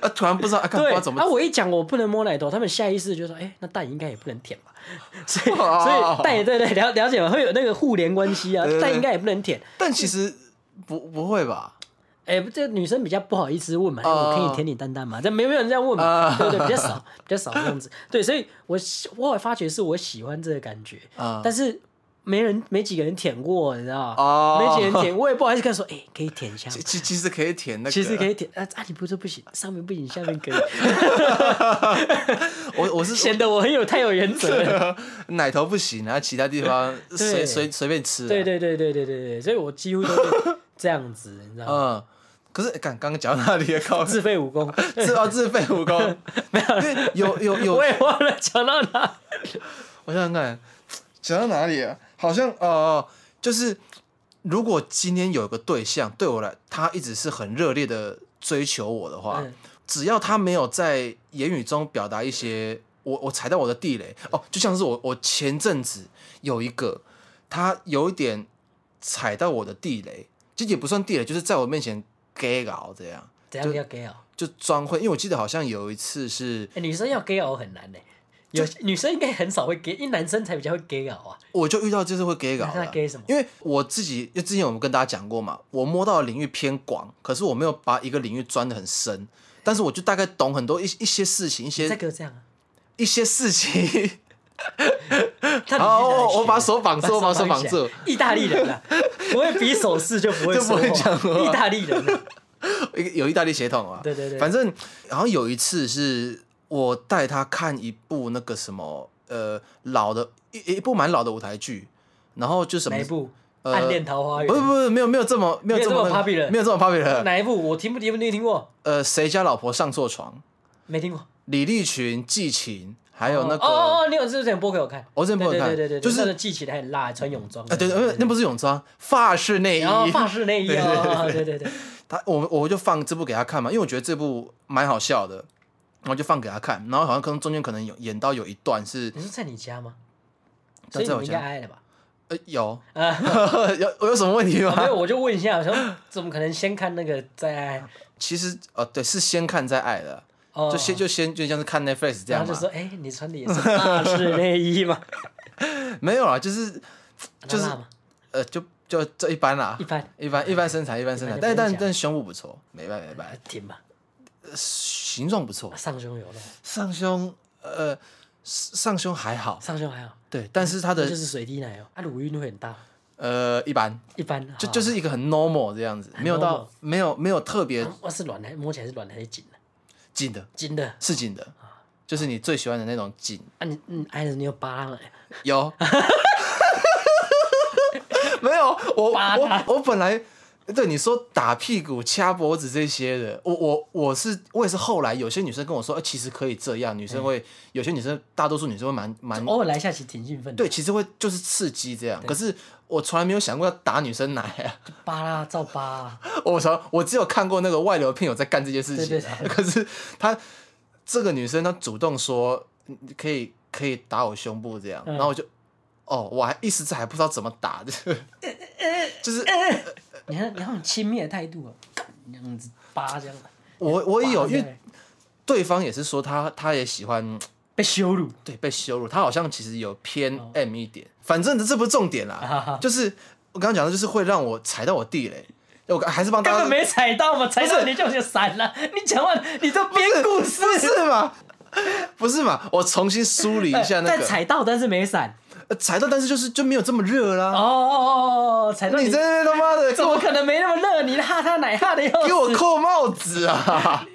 S2: 啊，突然不知道，啊，干不知
S1: 对，
S2: 道怎么
S1: 啊，我一讲我不能摸奶头，他们下意识就说：“哎、那蛋应该也不能舔吧？”所以，
S2: 哦
S1: 所以蛋也对对了了解嘛，会有那个互联关系啊
S2: 对对，对
S1: 蛋应该也不能舔。
S2: 但其实不不会吧？
S1: 哎、不这女生比较不好意思问嘛，哎
S2: 哦
S1: 我可以舔你蛋蛋嘛？这没有人这样问
S2: 啊
S1: 嘛，对对，比较少，比较少这样子。对，所以我喜我后来发觉是我喜欢这个感觉，
S2: 啊
S1: 但是没人没几个人舔过，你知道吗？
S2: 哦
S1: 没几个人舔，我也不好意思跟他说，哎、可以舔一下吗
S2: 其其其实可以舔那个，
S1: 其实可以舔，啊啊，你不是不行，上面不行，下面可以，
S2: 我我是
S1: 显得我很有太有原
S2: 啊
S1: 则了。
S2: 奶头不行，然后其他地方随随随便吃、啊。
S1: 对对对对对对对，所以我几乎都是这样子，你知道吗？
S2: 嗯，可是刚刚刚讲到哪里？靠，自
S1: 自废武功，
S2: 啊自费 武功，因为有有有，
S1: 我也忘了讲到哪。
S2: 我想想看，讲到哪里啊？好像呃，就是如果今天有个对象对我来，他一直是很热烈的追求我的话，
S1: 嗯
S2: 只要他没有在言语中表达一些我我踩到我的地雷哦，就像是我我前阵子有一个他有一点踩到我的地雷，就也不算地雷，就是在我面前 gay 搞这样，
S1: 怎样要 gay 哦？
S2: 就装会，因为我记得好像有一次是
S1: 哎，女生要 gay 哦很难呢。有女生应该很少会 gay，因为男生才比较会 gay 哦啊。
S2: 我就遇到就是会 gay 搞
S1: 那
S2: 的
S1: 他 gay 什么
S2: 因为我自己，因为之前我们跟大家讲过嘛，我摸到的领域偏广，可是我没有把一个领域钻的很深，但是我就大概懂很多一一些事情，一
S1: 你再
S2: 些
S1: 给我这样啊！
S2: 一些事情。
S1: 到底是哪里
S2: 好，
S1: 学
S2: 我
S1: 的
S2: 我把手绑住，我把手绑
S1: 起来
S2: 住，
S1: 意大利人啊， 不会比手势就不会
S2: 就不会
S1: 说
S2: 讲话
S1: 意大利人 啊，
S2: 一个有意大利血统啊。
S1: 对对对
S2: 反正好像有一次是我带他看一部那个什么呃老的一一部蛮老的舞台剧，然后就什么
S1: 哪一部？《
S2: 呃
S1: 暗恋桃花源
S2: 不》是不是没有没有这么没有
S1: 没有
S2: 这
S1: 这么
S2: 那个
S1: popular
S2: 没有这么 popular。
S1: 哪一部？我听不听不听听过？
S2: 呃，谁家老婆上错床？
S1: 没听过。
S2: 李立群、季芹，还有那个，
S1: 哦哦哦，你有之前播给我看，
S2: 我之前播给我看
S1: 对对对对，
S2: 就是
S1: 那个记起来很辣，穿泳装，
S2: 啊，对对，呃那不是泳装，法式内衣
S1: 然。后哦发式 内衣啊，对对对，
S2: 他我我就放这部给他看嘛，因为我觉得这部蛮好笑的，然后就放给他看，然后好像可能中间可能有演到有一段是
S1: 你是在你家吗？所以
S2: 在
S1: 你
S2: 在我
S1: 们应
S2: 家
S1: 该挨了吧？
S2: 呃 有
S1: 啊，
S2: 有我有什么问题
S1: 没
S2: 吗？
S1: 有，我就问一下，我说怎么可能先看那个再 爱？
S2: 其实呃对，是先看再爱的，
S1: 哦
S2: 就先就先就像是看 Netflix 这
S1: 然后
S2: 样
S1: 就
S2: 嘛，
S1: 说，哎，你穿的也是发式内衣吗？
S2: 没有啦，啊就是 就是
S1: 那辣吗
S2: 呃就就这一般啦
S1: 一，般
S2: 一般一般身材一般身材，
S1: 一般
S2: 但
S1: 就不用
S2: 但
S1: 讲
S2: 但胸部不错，没办法没办法，
S1: 啊挺吧，
S2: 形状不错，
S1: 上胸有肉，
S2: 上胸，呃，上胸还好，
S1: 上胸还好，
S2: 对，但是它
S1: 那
S2: 的
S1: 就是水滴奶哦，啊，乳晕会很大，
S2: 呃一般，
S1: 一般
S2: 就
S1: 啊
S2: 就是一个很 normal 这样子，没有到没有没有特别
S1: 啊我是软的，摸起来是软的还是紧的？
S2: 紧的，
S1: 紧的
S2: 是紧的，就是你最喜欢的那种紧，
S1: 啊，你嗯，挨着你有疤了，
S2: 有， 没有我
S1: 扒
S2: 我我本来。对你说打屁股、掐脖子这些的，我我我是我也是后来有些女生跟我说，哎、其实可以这样，女生
S1: 嗯
S2: 会、有些女生，大多数女生会蛮蛮
S1: 偶尔来一下其实挺兴奋的。
S2: 嗯对，其实会就是刺激这样。可是我从来没有想过要打女生奶啊！
S1: 扒啦，照扒啊，
S2: 我从我只有看过那个外流片有在干这件事情、啊，
S1: 对
S2: 可是她这个女生她主动说嗯可以可以打我胸部这样，
S1: 嗯
S2: 然后我就哦，我还一时之还不知道怎么打，
S1: 呃
S2: 就是就是
S1: 你看，你看很轻蔑的态度啊，干这样子扒这样，
S2: 我我也有，
S1: 扒
S2: 因
S1: 这样
S2: 为对方也是说她她也喜欢
S1: 被羞辱，
S2: 对被羞辱，她好像其实有偏 M 一点，反正这不是重点
S1: 哦啊哈
S2: 啦
S1: 哈，
S2: 就是我刚刚讲的，就是会让我踩到我地雷。我还是帮大
S1: 根
S2: 家
S1: 本没踩到嘛，踩到你就就闪了。你讲话，你都编故事，
S2: 不 是嘛？不是嘛？我重新梳理一下那
S1: 但
S2: 个
S1: 踩到但是没闪。
S2: 呃踩到，但是就是就没有这么热
S1: 哦
S2: 啦。
S1: 哦哦哦，我踩到
S2: 你在那边他妈的给
S1: 怎么
S2: 我
S1: 可能没那么热？你哈他奶哈的要死！
S2: 给我扣帽子 啊！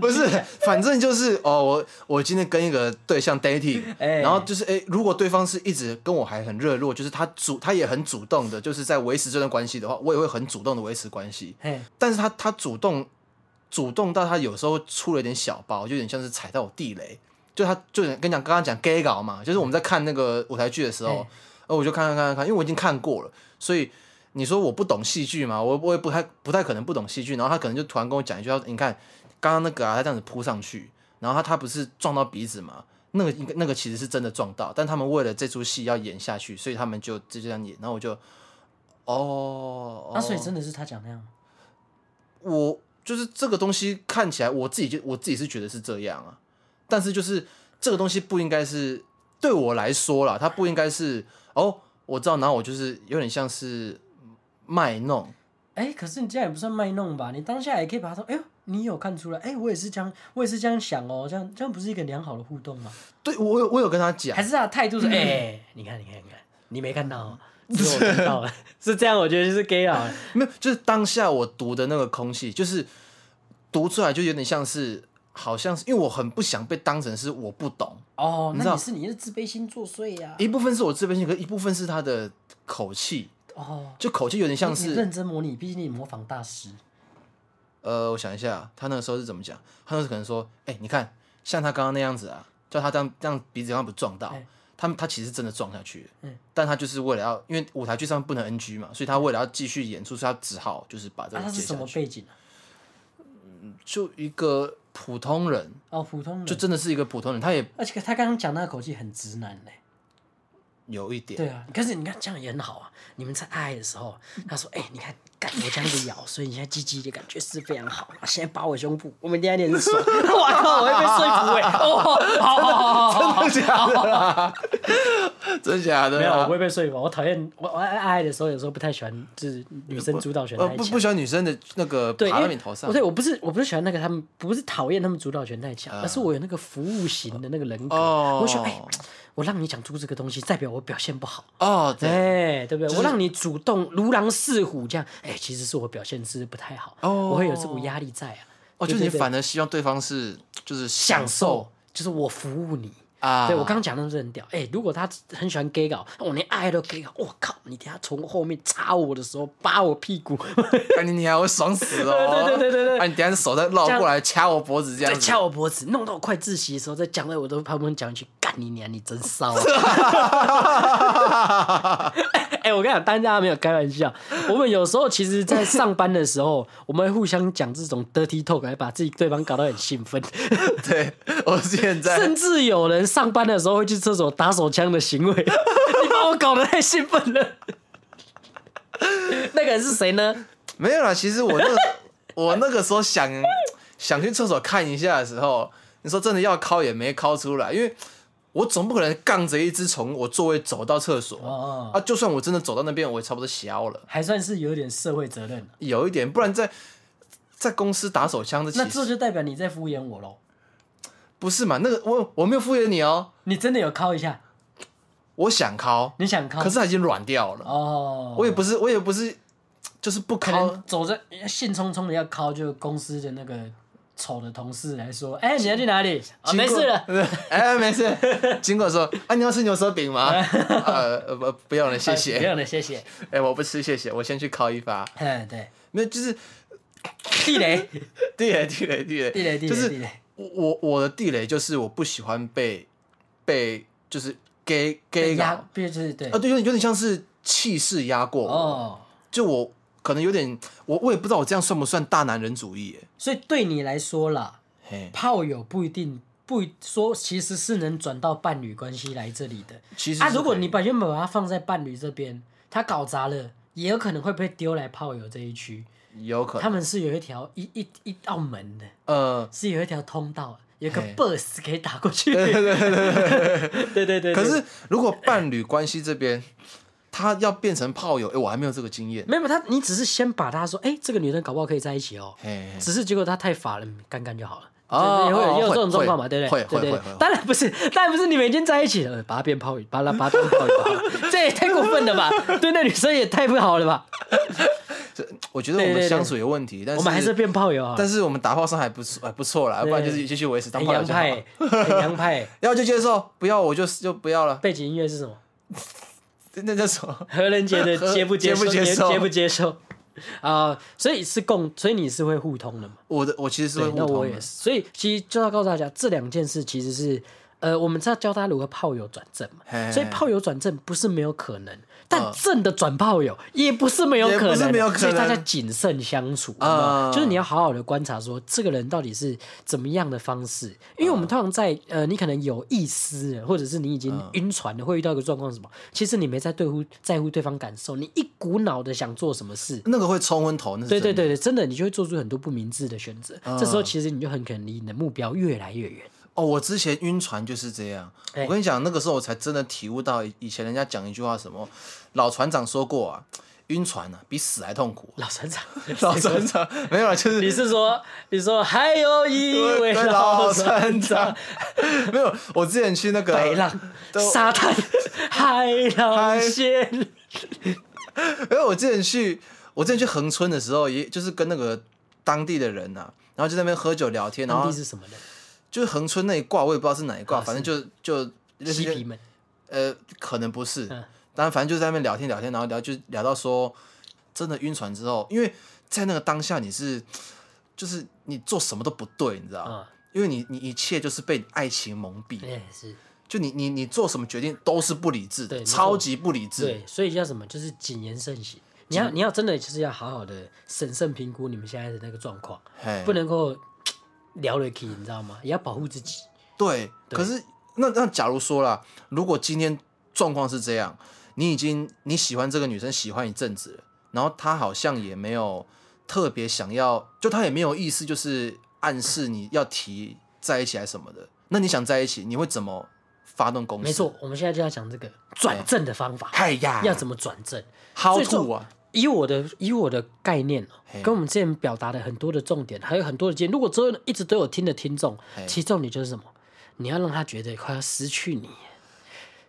S2: 不是，反正就是哦，我我今天跟一个对象 dating，、
S1: 哎
S2: 然后就是哎、如果对方是一直跟我还很热络，就是他主他也很主动的，就是在维持这段关系的话，我也会很主动的维持关系。
S1: 嘿，
S2: 但是他他主动主动到他有时候出了点小包，就有点像是踩到我地雷。就他就跟你讲刚刚讲 gay 搞嘛，就是我们在看那个舞台剧的时候
S1: 哎，
S2: 呃，我就看看看看看，因为我已经看过了，所以你说我不懂戏剧嘛，我我也不太不太可能不懂戏剧。然后他可能就突然跟我讲一句，他说你看刚刚那个啊，他这样子扑上去，然后他他不是撞到鼻子嘛？那个应该那个其实是真的撞到，但他们为了这出戏要演下去，所以他们就就这样演。然后我就，哦，
S1: 啊那所以
S2: 哦
S1: 真的是他讲那样，
S2: 我就是这个东西看起来，我自己就我自己是觉得是这样啊，但是就是这个东西不应该是对我来说啦，它不应该是哦，我知道，然后我就是有点像是卖弄，
S1: 哎，可是你这样也不算卖弄吧？你当下也可以把他说，哎呦，你有看出来？哎，我也是这样，我也是这样想哦，这样这样不是一个良好的互动吗？
S2: 对我有我有跟他讲
S1: 还，是他的态度是，哎，你看，你看，你看，你没看到 哦，只有我看到了， 是这样，我觉得就是 gay 啊佬，
S2: 没有，就是当下我读的那个空气，就是读出来就有点像是，好像是因为我很不想被当成是我不懂，
S1: 哦，
S2: 你知
S1: 那
S2: 道
S1: 你是你的自卑心作祟呀、
S2: 一部分是我自卑心，可是一部分是他的口气，
S1: 哦，
S2: 就口气有点像
S1: 你
S2: 是
S1: 认真模拟，毕竟你模仿大师。
S2: 呃，我想一下，他那个时候是怎么讲？他那时候可能说：“哎、你看，像他刚刚那样子啊，叫他这样这样鼻子刚刚不撞到，
S1: 哎
S2: 他们他其实真的撞下去了，
S1: 嗯
S2: 但他就是为了要，因为舞台剧上不能 NG 嘛，所以他为了要继续演出，所以他只好就是把这
S1: 啊，
S2: 个
S1: 他
S2: 接
S1: 是
S2: 下
S1: 什么
S2: 去。
S1: 背景啊？
S2: 就一个普通人，
S1: 哦，普通人。
S2: 就真的是一个普通人，他也
S1: 而且他刚刚讲那个口气很直男嘞、
S2: 有一点，
S1: 对啊，可是你看这样也很好啊。你们在爱的时候，他说：“哎、你看，干我这样子咬，所以你现在鸡鸡的感觉是非常好。啊现在扒我胸部，我们恋爱很爽。”哇靠，我会被说服哎、哦，好好好好好好，
S2: 真的假的啦？真假的啦？
S1: 没有，我不会被说服。我讨厌我我爱爱的时候，有时候不太喜欢，就是女生主导权
S2: 呃
S1: 太
S2: 不
S1: 强
S2: 不。喜欢女生的那个
S1: 对，
S2: 爬
S1: 因
S2: 到
S1: 为
S2: 你头上
S1: 我。对我不是我不是喜欢那个他们，不是讨厌他们主导权太强，而是我有那个服务型的那个人格。
S2: 啊哦
S1: 我想，哎、我让你讲出这个东西，代表我表现不好。
S2: 哦，对，
S1: 哎，对不对？
S2: 是
S1: 我让你主动如狼似虎这样，哎，其实是我表现是不太好，
S2: 哦
S1: 我会有这股压力在啊。
S2: 哦，
S1: 对
S2: 就是你
S1: 对对
S2: 反而希望对方是就是
S1: 享受，就是我服务你。
S2: 啊，
S1: 对我刚刚讲的是很屌，哎、如果他很喜欢 gay 搞，我连爱都 gay 搞，我靠，你等下从后面插我的时候扒我屁股，
S2: 干你你还会爽死哦！
S1: 对对对对对
S2: 啊，你等一下手再绕过来掐我脖子这
S1: 再哎
S2: 样子
S1: 掐，我脖子，弄到我快窒息的时候，再讲到我都旁边讲一句，干你娘，你真骚、啊。 哎、我跟你讲，但大家没有开玩笑。我们有时候其实，在上班的时候，我们会互相讲这种 dirty talk，来把自己对方搞得很兴奋。
S2: 对我现在
S1: 甚至有人上班的时候会去厕所打手枪的行为，你把我搞得太兴奋了。 那个人是谁呢？
S2: 没有啦。其实我那 我那个时候想想去厕所看一下的时候，你说真的要敲也没敲出来，因为我总不可能杠着一只从我座位走到厕所
S1: 哦，
S2: 啊。就算我真的走到那边，我也差不多消了，
S1: 还算是有点社会责任。
S2: 有一点，不然在在公司打手枪的，
S1: 那
S2: 其
S1: 这
S2: 实
S1: 就代表你在敷衍我喽。
S2: 不是嘛？那个我我没有敷衍你哦，
S1: 你真的有敲一下？
S2: 我想敲，
S1: 你想敲？
S2: 可是它已经软掉了。
S1: 哦，
S2: 我也不是，我也不是，就是不
S1: 可
S2: 敲
S1: 能走着兴冲冲的要敲，就公司的那个丑的同事来说：“哎、你要去哪里？ 啊、
S2: 经
S1: 没
S2: 过
S1: 事了。。
S2: 哎，没事。经过说，啊，你要吃牛舌 饼吗？呃，呃不，不用了，谢
S1: 啊不
S2: 谢。
S1: 用了，谢 谢。
S2: 哎，我不吃，谢谢。我先去烤一发。
S1: 嗯，对，
S2: 没有，就是
S1: 地 雷，
S2: 地雷，地雷，地雷，
S1: 地雷，地
S2: 就
S1: 雷，地
S2: 是
S1: 雷。
S2: 我我我的地雷就是我不喜欢被被就是 gay
S1: 被
S2: gay 搞
S1: 压
S2: 啊，，
S1: 必须对。
S2: 对，有点有点像是气势压过我，
S1: 哦，
S2: 就我可能有点，我我也不知道我这样算不算大男人主义耶，
S1: 所以对你来说啦，
S2: 嘿，
S1: 炮友不一定不一说，其实是能转到伴侣关系来这里的。
S2: 其实
S1: 啊，
S2: 是
S1: 如果
S2: 可以
S1: 你把原本把它放在伴侣这边，他搞砸了，也有可能会被丢来炮友这一区。
S2: 有可
S1: 他
S2: 能，
S1: 们是有一条一一一道门的。
S2: 呃，
S1: 是有一条通道，有个
S2: 嘿
S1: bus 可以打过去。对对对对对对。
S2: 可是如果伴侣关系这边， 他要变成炮友，哎、我还没有这个经验。
S1: 没有他，你只是先把他说，哎、这个女生搞不好可以在一起哦。
S2: 嘿，
S1: 只是结果她太法了，干干就好了。对
S2: 哦
S1: 对会
S2: 哦
S1: 有也有这
S2: 会
S1: 种状况
S2: 会
S1: 嘛，对不对？
S2: 会
S1: 对
S2: 会
S1: 对
S2: 会
S1: 对
S2: 会。
S1: 当然不是，当然不是你们已经在一起了，呃把它变泡语，把它把它变泡语吧，这也太过分了吧？对那女生也太不好了吧？
S2: 这我觉得我
S1: 对对
S2: 们
S1: 对
S2: 相处有问题，但是
S1: 我们还是变炮友啊，
S2: 但是我们打炮上还不错，还不错啦，要不然就是继续维持当
S1: 很
S2: 炮友
S1: 洋
S2: 就好
S1: 派，很洋派。
S2: 要就接受，不要我就就不要了。
S1: 背景音乐是什么？
S2: 那叫什么？
S1: 何人杰的
S2: 何
S1: 接不接受？
S2: 接不接受
S1: 接不接受？啊，所以是共，所以你是会互通的嘛？
S2: 我的我其实是会
S1: 对，
S2: 互
S1: 那我
S2: 通
S1: 也
S2: 的
S1: 是。，所以其实就要告诉大家，这两件事其实是，呃，我们是要教大家如何炮友转正嘛。
S2: 嘿嘿
S1: 所以
S2: 嘿
S1: 炮友转正不是没有可能，但正的转炮友也不是没有可
S2: 也不
S1: 能，
S2: 是没有可能
S1: 所以大家谨慎相处
S2: 啊
S1: 有没有就是你要好好的观察说这个人到底是怎么样的方式，因
S2: 嗯
S1: 为我们通常在呃，你可能有意思了，或者是你已经
S2: 嗯
S1: 晕船了，会遇到一个状况是什么？其实你没在对乎在乎对方感受，你一股脑的想做什么事，
S2: 那个会冲昏头，那是
S1: 对对
S2: 真的嗯
S1: 对对，真的，你就会做出很多不明智的选择。这时候其实你就很可能离你的目标越来越远。
S2: 哦，我之前晕船就是这样。
S1: 哎
S2: 我跟你讲，那个时候我才真的体悟到，以前人家讲一句话，什么老船长说过啊，晕船啊比死还痛苦。
S1: 老船长，
S2: 老船长 没有了，啊就是
S1: 你是说你说还有一位
S2: 对
S1: 老
S2: 老
S1: 船长
S2: 船长， 没有。我之前去那个
S1: 海浪、
S2: 都
S1: 沙滩、海浪线，
S2: 因为我之前去，我之前去恒春的时候，也就是跟那个当地的人呐、啊，然后就在那边喝酒聊 天，然
S1: 当
S2: 后
S1: 地是什么呢？
S2: 就是恒春那一挂，我也不知道是哪一挂，
S1: 啊
S2: 反正就就类似
S1: 嬉
S2: 于
S1: 皮们，
S2: 呃，可能不是
S1: 嗯，
S2: 但反正就在那边聊天聊天，然后聊就聊到说，真的晕船之后，因为在那个当下你是，就是你做什么都不对，你知道。
S1: 嗯
S2: 因为你，你一切就是被爱情蒙蔽，
S1: 哎是，
S2: 就你，你，你做什么决定都是不理智
S1: 对
S2: 的，
S1: 没错
S2: 超级不理智。
S1: 对，所以叫什么？就是谨言慎行。你要你要真的就是要好好的审慎评估你们现在的那个状况，
S2: 嘿
S1: 不能够聊了 k 你知道吗？也要保护自己。
S2: 对，可是那那假如说啦，如果今天状况是这样，你已经你喜欢这个女生喜欢一阵子了，然后她好像也没有特别想要，就她也没有意思，就是暗示你要提在一起还是什么的。那你想在一起，你会怎么发动攻势？
S1: 没错，，我们现在就要讲这个转正的方法，
S2: 哎呀，
S1: 要怎么转正？
S2: how
S1: 最重
S2: to 啊？
S1: 以我的以我的概念哦
S2: 嘿
S1: 跟我们之前表达的很多的重点，还有很多的建议，如果之后一直都有听的听众，
S2: 嘿
S1: 其重点就是什么？你要让他觉得快要失去你，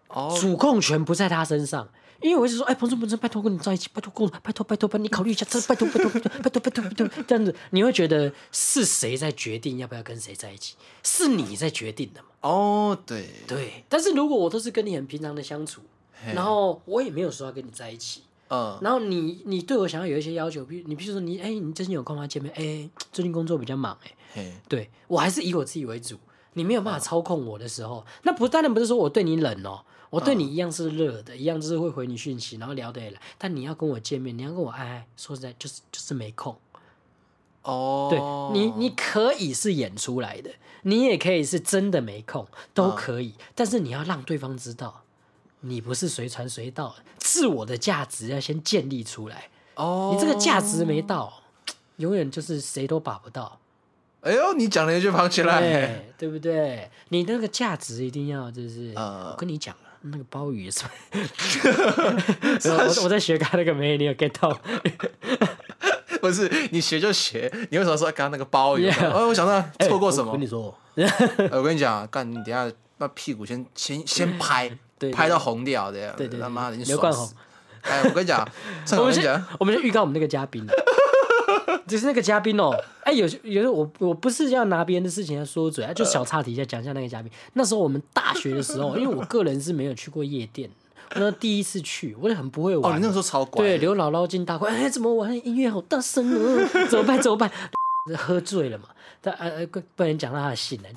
S2: 哦，
S1: 主控权不在他身上。因为我一直说，哎，彭总，彭总，拜托跟你在一起，拜托跟我，拜托，拜托，拜托，你考虑一下，这拜托，拜托，拜托，拜托，拜托，拜托，这样子，你会觉得是谁在决定要不要跟谁在一起，是你在决定的嘛？
S2: 哦，对，
S1: 对，但是如果我都是跟你很平常的相处，
S2: 嘿
S1: 然后我也没有说要跟你在一起，
S2: 嗯，
S1: 然后你你对我想要有一些要求，比如你比如说你哎、你最近有空吗？见面哎、最近工作比较忙哎、
S2: 嘿，
S1: 对我还是以我自己为主。你没有办法操控我的时候，那不当然不是说我对你冷哦，我对你一样是热的，一样就是会回你讯息，然后聊得也来。但你要跟我见面，你要跟我爱爱，说实在就是就是没空。
S2: 哦，
S1: 对你，你可以是演出来的，你也可以是真的没空，都可以。但是你要让对方知道，你不是随传随到的，自我的价值要先建立出来。
S2: 哦，
S1: 你这个价值没到，永远就是谁都把不 到，哎
S2: 哎呦，你讲了一句旁起来，
S1: 对对不对？你那个价值一定要就是，
S2: 呃
S1: 我跟你讲啊，那个鲍鱼 是吧？我我在学他那个没，你有 get 到？
S2: 不是你学就学，你为什么说刚刚那个包鱼？
S1: Yeah
S2: 哦，我想到错过什
S1: 啊哎我
S2: 么
S1: 跟？你 说，
S2: 呃我跟你讲啊，干你等一下把屁股先先先拍
S1: 对，对
S2: 拍到红掉的呀，
S1: 对对对
S2: 他妈的，你
S1: 刘
S2: 爽
S1: 冠
S2: 死
S1: 宏。
S2: 哎，我跟你讲，正好
S1: 我们
S2: 我跟你
S1: 先
S2: 讲，啊
S1: 我们先预告我们那个嘉 宾了，就是那个嘉宾哦、哎、有有的我我不是要拿别人的事情来说嘴，啊
S2: 呃
S1: 就小岔题一下讲一下那个嘉宾。那时候我们大学的时候，因为我个人是没有去过夜店，那第一次去，我也很不会玩。
S2: 哦，你那个时候超乖，
S1: 对，刘姥姥进大会，哎，怎么玩音乐好大声 哦？怎么办？怎么 办？喝醉了嘛，但呃呃，不不能讲到他的姓了，啊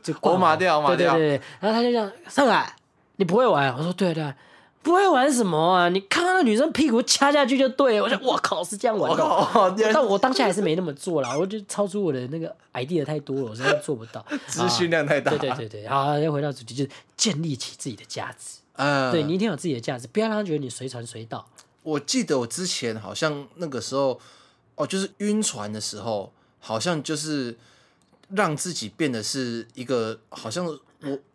S1: 就就挂
S2: 我麻
S1: 了
S2: 掉麻
S1: 对对
S2: 掉
S1: 对对，然后他就讲上来，你不会玩啊？我说对啊对啊，不会玩什么啊？你看到那女生屁股掐下去就对了。我说我靠，是这样玩
S2: 我
S1: 的哦。
S2: 靠，哦你
S1: 但我当下还是没那么做啦，我就超出我的那个 idea 太多了，我实在做不 到。
S2: 资讯量太大，
S1: 对对，对对，好，要回到主题，就是建立起自己的价值。
S2: 嗯，
S1: 对你一定要有自己的价值，不要让他觉得你随传随到。
S2: 我记得我之前好像那个时候，哦，就是晕船的时候，好像就是让自己变得是一个，好像我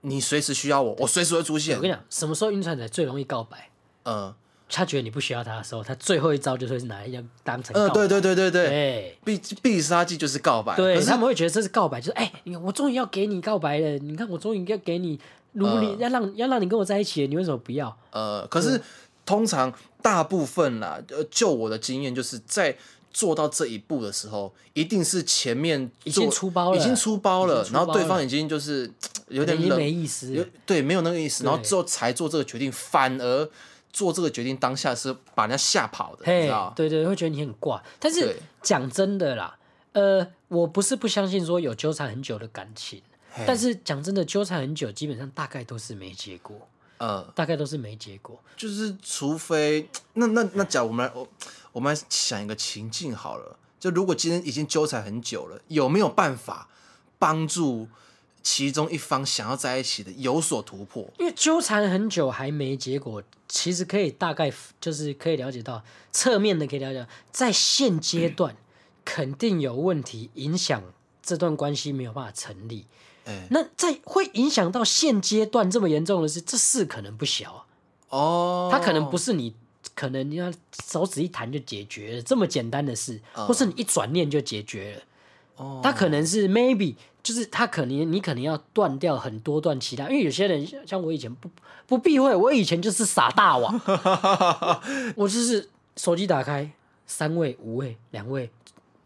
S2: 你随时需要我，我随时会出现。
S1: 我跟你讲，什么时候晕船仔最容易告白？
S2: 呃，
S1: 他觉得你不需要他的时候，他最后一招就是拿来要当成告白。
S2: 呃，对对对对对，
S1: 对
S2: 必必杀技就是告白，
S1: 对
S2: 可是
S1: 他们会觉得这是告白，就是哎、你我终于要给你告白了，你看我终于要给你，如你、要让要让你跟我在一起了，你为什么不要？
S2: 呃，
S1: 嗯
S2: 可是通常大部分啦，呃，就我的经验，就是在做到这一步的时候，一定是前面
S1: 已经
S2: 做
S1: 出包了
S2: 已经出包了，
S1: 已经出包
S2: 然后对
S1: 了
S2: 方已经就是嘖有
S1: 已
S2: 点
S1: 经没
S2: 冷，
S1: 意思
S2: 有
S1: 了。
S2: 对，没有那个意思，然后
S1: 对
S2: 之后才做这个决定，反而做这个决定当下是把人家吓跑的，你
S1: 嘿
S2: 知道？
S1: 对对，会觉得你很怪。但是
S2: 对
S1: 讲真的啦，呃，我不是不相信说有纠缠很久的感情，
S2: 嘿
S1: 但是讲真的，纠缠很久，基本上大概都是没结果，
S2: 呃，
S1: 大概都是没结果。
S2: 就是除非嘖那那那假如我们来我我们来想一个情境好了，就如果今天已经纠缠很久了，有没有办法帮助其中一方想要在一起的有所突破？
S1: 因为纠缠很久还没结果，其实可以大概就是可以了解到侧面的可以了解到，在现阶段、肯定有问题影响这段关系没有办法成立。
S2: 哎、
S1: 那在会影响到现阶段这么严重的是，这事可能不小啊。
S2: 哦，
S1: 他可能不是你，可能你要手指一弹就解决了这么简单的事，
S2: 嗯
S1: 或是你一转念就解决
S2: 哦
S1: 了。他可能是 maybe 就是他可能你可能要断掉很多段其他，因为有些人像像我以前不不避讳，我以前就是傻大 王，我就是手机打开三位、五位、两位。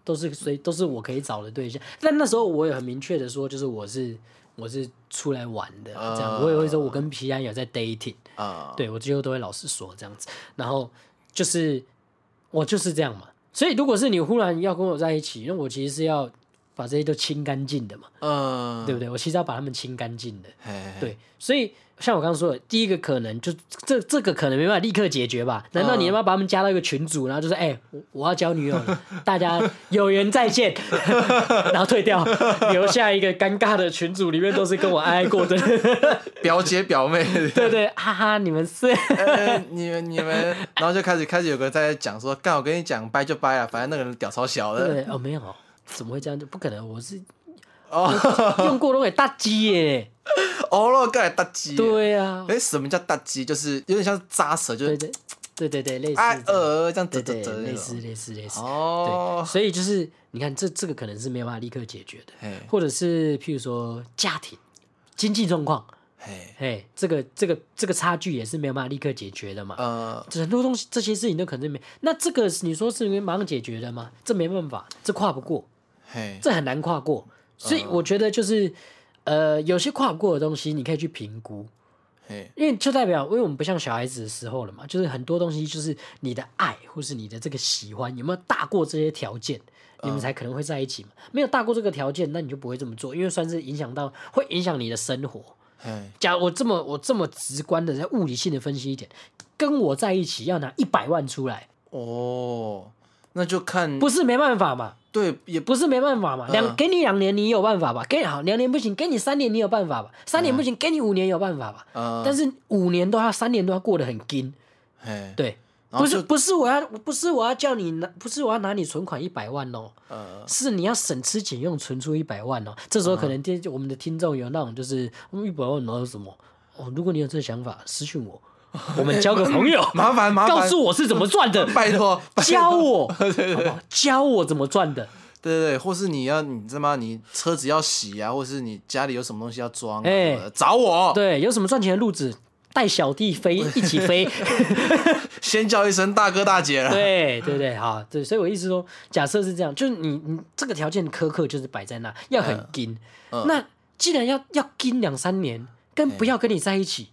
S1: 都是谁都是我可以找的对象，但那时候我也很明确的说，就是我是我是出来玩的，这
S2: 嗯
S1: 样我也会说我跟皮安有在 dating，
S2: 啊、
S1: 对我最后都会老实说这样子。然后就是我就是这样嘛，所以如果是你忽然要跟我在一起，那我其实是要把这些都清干净的嘛，
S2: 嗯，
S1: 对不对？我其实要把他们清干净的。
S2: 嘿，嘿，
S1: 对，所以像我刚刚说的，第一个可能就这这个可能没办法立刻解决吧？难道你
S2: 嗯
S1: 要不要把他们加到一个群组，然后就是哎、我我要交女友了，大家有缘再见， 然后退掉，留下一个尴尬的群组，里面都是跟我爱爱过的人，
S2: 表姐表妹，
S1: 对对，哈哈，你们是。
S2: 呃你们你们，然后就开始开始有个人在讲说，干我跟你讲，掰就掰啊，反正那个人屌超小的，
S1: 对哦，没有，怎么会这样？不可能，我是
S2: 哦，
S1: 用过都给大 鸡耶。
S2: 哦了，盖大鸡，，
S1: 对啊，
S2: 哎，什么叫大鸡？就是有点像扎舌，就
S1: 对
S2: 是
S1: 对对对对，类似这
S2: 哎
S1: 样，
S2: 呃这样折
S1: 对
S2: 折
S1: 对
S2: 折那
S1: 类似
S2: 种，
S1: 类似类似。对，
S2: 哦，
S1: 所以就是你看，这这个可能是没有办法立刻解决的，
S2: 嘿，
S1: 或者是譬如说家庭经济状况，
S2: 嘿，
S1: 哎，这个这个这个差距也是没有办法立刻解决的嘛。
S2: 呃，
S1: 很多东西这些事情都可能没，那这个是你说是马上解决的吗？这没办法，这跨不过。
S2: 嘿，
S1: 这很难跨过。所以我觉得就是，呃，有些跨不过的东西，你可以去评估，
S2: 嘿，
S1: 因为就代表，因为我们不像小孩子的时候了嘛，就是很多东西就是你的爱或是你的这个喜欢有没有大过这些条件，你们才可能会在一起嘛。没有大过这个条件，那你就不会这么做，因为算是影响到，会影响你的生活。
S2: 嘿，
S1: 假如我这么我这么直观的在物理性的分析一点，跟我在一起要拿一百万出来，
S2: 哦，那就看，
S1: 不是没办法嘛，
S2: 对，也不，
S1: 不是没办法嘛，
S2: 嗯
S1: 两给你两年你有办法吧？给你好两年不行，给你三年你有办法吧？三年不
S2: 嗯
S1: 行，给你五年有办法吧？
S2: 呃，
S1: 但是五年都要三年都要过得很紧，
S2: 嘿，
S1: 对，
S2: 然后
S1: 不
S2: 就是
S1: 不是我要不是我要叫你拿不是我要拿你存款一百万哦，
S2: 呃，，
S1: 是你要省吃俭用存出一百万哦。这时候可能听我们的听众有那种就是一百万拿有什么哦？如果你有这个想法，私信我，我们交个朋友
S2: 麻烦麻烦，，
S1: 告诉我是怎么赚的
S2: 拜托，拜托
S1: 教我 好不好？教我怎么赚的。
S2: 对对对，或是你要你他妈你车子要洗啊，或是你家里有什么东西要装、啊，
S1: 哎
S2: 什么的找我，
S1: 对，有什么赚钱的路子，带小弟飞一起飞。
S2: 先叫一声大哥大姐了。
S1: 对对对，好，对，所以我意思说，假设是这样，就是你你这个条件苛刻就是摆在那，要很精。那既然要要精两三年，跟不要跟你在一起，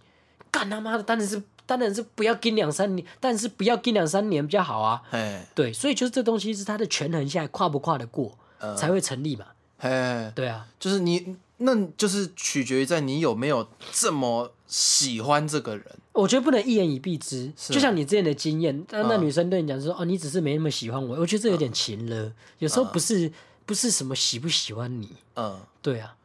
S1: 干他妈的，当然是当然是不要精两三年，但是不要精两三年比较好啊。
S2: 哎
S1: 对，所以就是这东西是它的权衡下跨不跨得过、才会成立嘛。
S2: 哎，
S1: 对啊，
S2: 就是你，那就是取决于在你有没有这么喜欢这个人。
S1: 我觉得不能一言以蔽之，
S2: 是
S1: 就像你之前的经验，那那
S2: 嗯
S1: 女生对你讲说、哦，你只是没那么喜欢我，我觉得这有点情了。有时候不是、不是什么喜不喜欢你，
S2: 嗯，
S1: 对啊，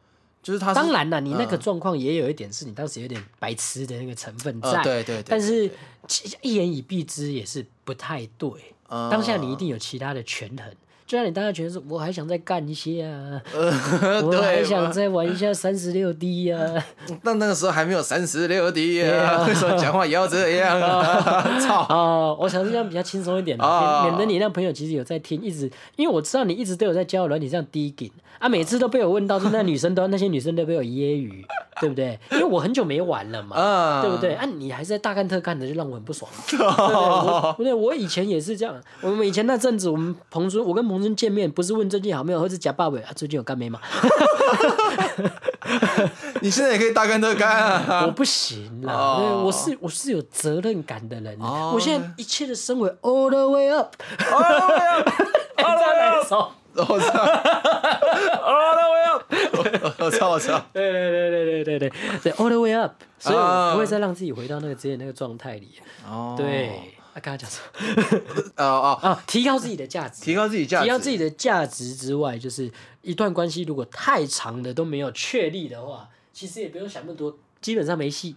S2: 就是他是嗯
S1: 当然了，你那个状况也有一点是你当时有点白痴的那个成分在，
S2: 呃对对对
S1: 但是其一言以蔽之也是不太对。
S2: 嗯
S1: 当下你一定有其他的权衡，就让你当下觉得说，我还想再干一下啊，
S2: 呃，
S1: 我还
S2: 对，
S1: 想再玩一下三十六 D 啊，
S2: 但那个时候还没有三十六 D 啊，
S1: 啊
S2: 为什么讲话也要这 样啊？操！
S1: 哦，我想是这样比较轻松一点的，
S2: 啊
S1: 免免得你那朋友其实有在听，一直因为我知道你一直都有在交友软体上低给啊，每次都被我问到，就那女生都那些女生都被我揶揄， 对不对？因为我很久没玩了嘛，
S2: 啊，
S1: 对不对？？啊，你还是在大干特干的，就让我很不 爽。对我对，我以前也是这样。我们以前那阵子，我们彭尊，我跟彭尊见面，不是问最近好没有，或是假爸伟啊，最近有干没嘛？
S2: 你现在也可以大干特干啊！
S1: 我不行啦，
S2: 哦
S1: 对，我是我是有责任感的人，
S2: 哦
S1: 我现在一切的升维 all the way up，
S2: 好了，我要，
S1: 哎再来一首。
S2: 我操！好了，我要， 我操！我操！
S1: 对对对对对对对对，all the way up，所以
S2: 啊
S1: 我不会再让自己回到那个之前那个状态里。
S2: 哦，
S1: 对，啊，刚刚讲什么？
S2: 哦哦，
S1: 啊，提高自己的价值，
S2: 提高自己价值，
S1: 提高自己的价值之外，就是一段关系如果太长的都没有确立的话，其实也不用想那么多，基本上没戏。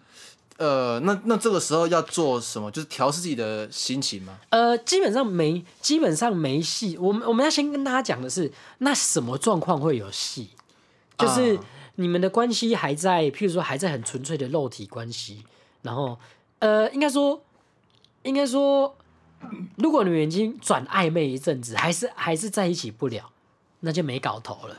S2: 呃，那那这个时候要做什么？就是调试自己的心情嘛。
S1: 呃，基本上没，基本上没戏。我们我们要先跟大家讲的是，那什么状况会有戏？就是
S2: 啊
S1: 你们的关系还在，譬如说还在很纯粹的肉体关系，然后呃，应该说，应该说，如果你们已经转暧昧一阵子，还是还是在一起不了，那就没搞头了。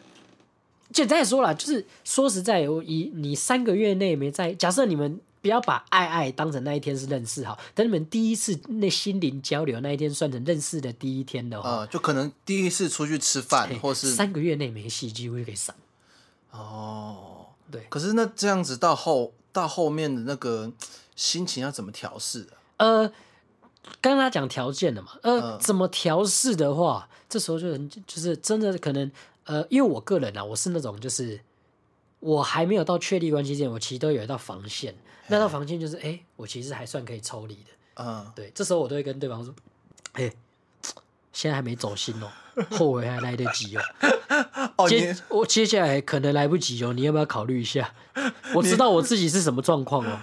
S1: 简单地说啦，就是说实在，我以你三个月内没在，假设你们不要把爱爱当成那一天是认识好，等你们第一次那心灵交流那一天算成认识的第一天的话，
S2: 呃，就可能第一次出去吃饭，
S1: 哎
S2: 或是
S1: 三个月内没戏，几乎就可以散。
S2: 哦，
S1: 对，
S2: 可是那这样子到后到后面的那个心情要怎么调试啊？
S1: 呃，刚刚他讲条件了嘛，
S2: 嗯
S1: 呃，怎么调试的话，这时候就很就是真的可能呃，因为我个人啊，我是那种就是我还没有到确立关系之前，我其实都有一道防线，那道防线就是哎、诶我其实还算可以抽离的，
S2: 嗯，
S1: 对，这时候我都会跟对方说，哎、现在还没走心哦，后悔还来得及哦。
S2: 哦，
S1: 接
S2: 你
S1: 我接下来可能来不及哦，你要不要考虑一 下？我知道我自己是什么状况哦，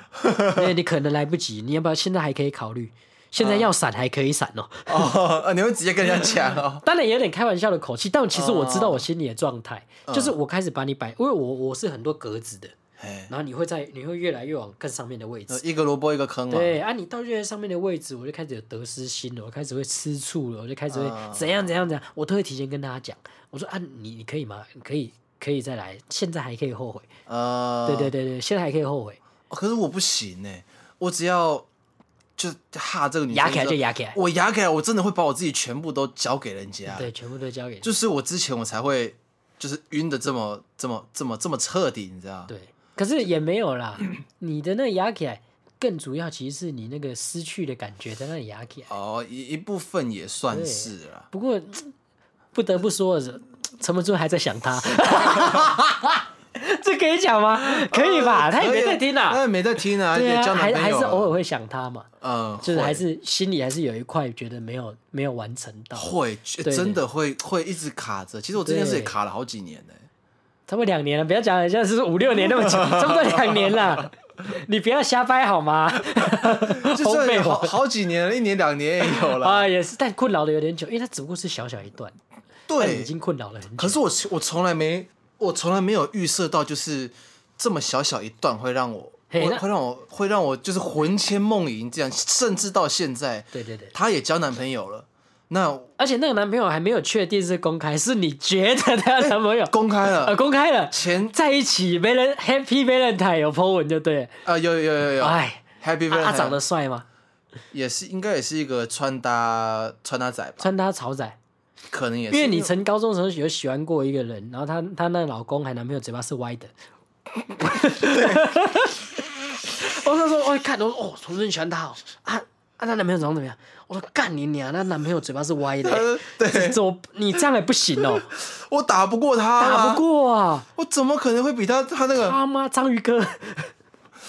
S1: 对，你可能来不及，你要不要现在还可以考虑？现
S2: 嗯
S1: 在要闪还可以闪哦，
S2: 哦，呃你 会直接跟人家 讲哦
S1: 当然也有点开玩笑的口气，但其实我知
S2: 嗯
S1: 道我心里的状态，就是我开始把你摆，因为我我是很多格子的，
S2: 嘿，
S1: 然后你会在你会越来越往更上面的位置
S2: 呃，一个萝卜一个坑嘛。
S1: 对啊，你到越上面的位置，我就开始有得失心了，我开始会吃醋了，我就开始
S2: 啊
S1: 会怎样怎样怎样，我都会提前跟大家讲，我说啊，你你可以吗？可以可以再来，现在还可以后悔，
S2: 呃，
S1: 对对对对，现在还可以后悔，
S2: 哦。可是我不行呢，我只要就哈这个女生
S1: 压起来就压起来，
S2: 我压起来，我真的会把我自己全部都交给人家。
S1: 对，全部都交给你，
S2: 就是我之前我才会就是晕的这么这么这么这么彻底，你知道？
S1: 对，可是也没有啦，你的那压起来，更主要其实是你那个失去的感觉在那里压起来，
S2: 哦，一一部分也算是啦。
S1: 不过不得不说的是，陈文忠还在想 他。这可以讲吗？可以
S2: 呃
S1: 吧？他也没在听
S2: 他
S1: 啊。
S2: 也没在听啊，
S1: 对
S2: 也
S1: 啊，
S2: 交男
S1: 还
S2: 朋
S1: 还
S2: 友
S1: 是
S2: 了
S1: 偶尔会想他嘛，
S2: 嗯，
S1: 就是
S2: 会
S1: 还是心里还是有一块觉得没有没有完成到，差
S2: 会真的会会一直卡着。其实我这件事也
S1: 对
S2: 卡了好几年呢。
S1: 不多两年了，不要讲了，现在是五六年那么 久，差不多两年了，你不要瞎掰好 吗？
S2: 就
S1: 烘
S2: 算
S1: 焙
S2: 好
S1: 王
S2: 好几年了，一年两年也有了。
S1: 啊，也是，但困扰的有点久，因为它只不过是小小一段，但已
S2: 对，
S1: 经困扰了很久。
S2: 可是我我从来没我从来没有预设到，就是这么小小一段会让我
S1: 嘿
S2: 会
S1: 那
S2: 会让我会让我就是魂牵梦萦这样，甚至到现在，
S1: 对对对，
S2: 她也交男朋友了，那
S1: 而且那个男朋友还没有确定是公开，是你觉得他有男朋友，
S2: 公开
S1: 呃，
S2: 了
S1: 公开了，
S2: 前
S1: 在一起没人 Happy Valentine 有 po 文就对
S2: 啊有有有有
S1: 了，哎，
S2: ，Happy
S1: 他、啊、
S2: Valentine
S1: 长得帅吗？
S2: 也是应该也是一个穿搭穿搭仔吧，
S1: 穿搭潮仔，
S2: 可能也是
S1: 因为你曾高中的时候有喜欢过一个人，然后她她那老公还男朋友嘴巴是 歪的。 我那时候我一看，我说哦，我真喜欢他哦，啊啊，她男朋友长得怎么样？我说干你娘，那男朋友嘴巴是歪的、
S2: 呃 对
S1: 怎么你这样也不行哦，
S2: 我打不过他，
S1: 打不，过啊！
S2: 我怎么可能会比他他那个
S1: 他妈章鱼哥，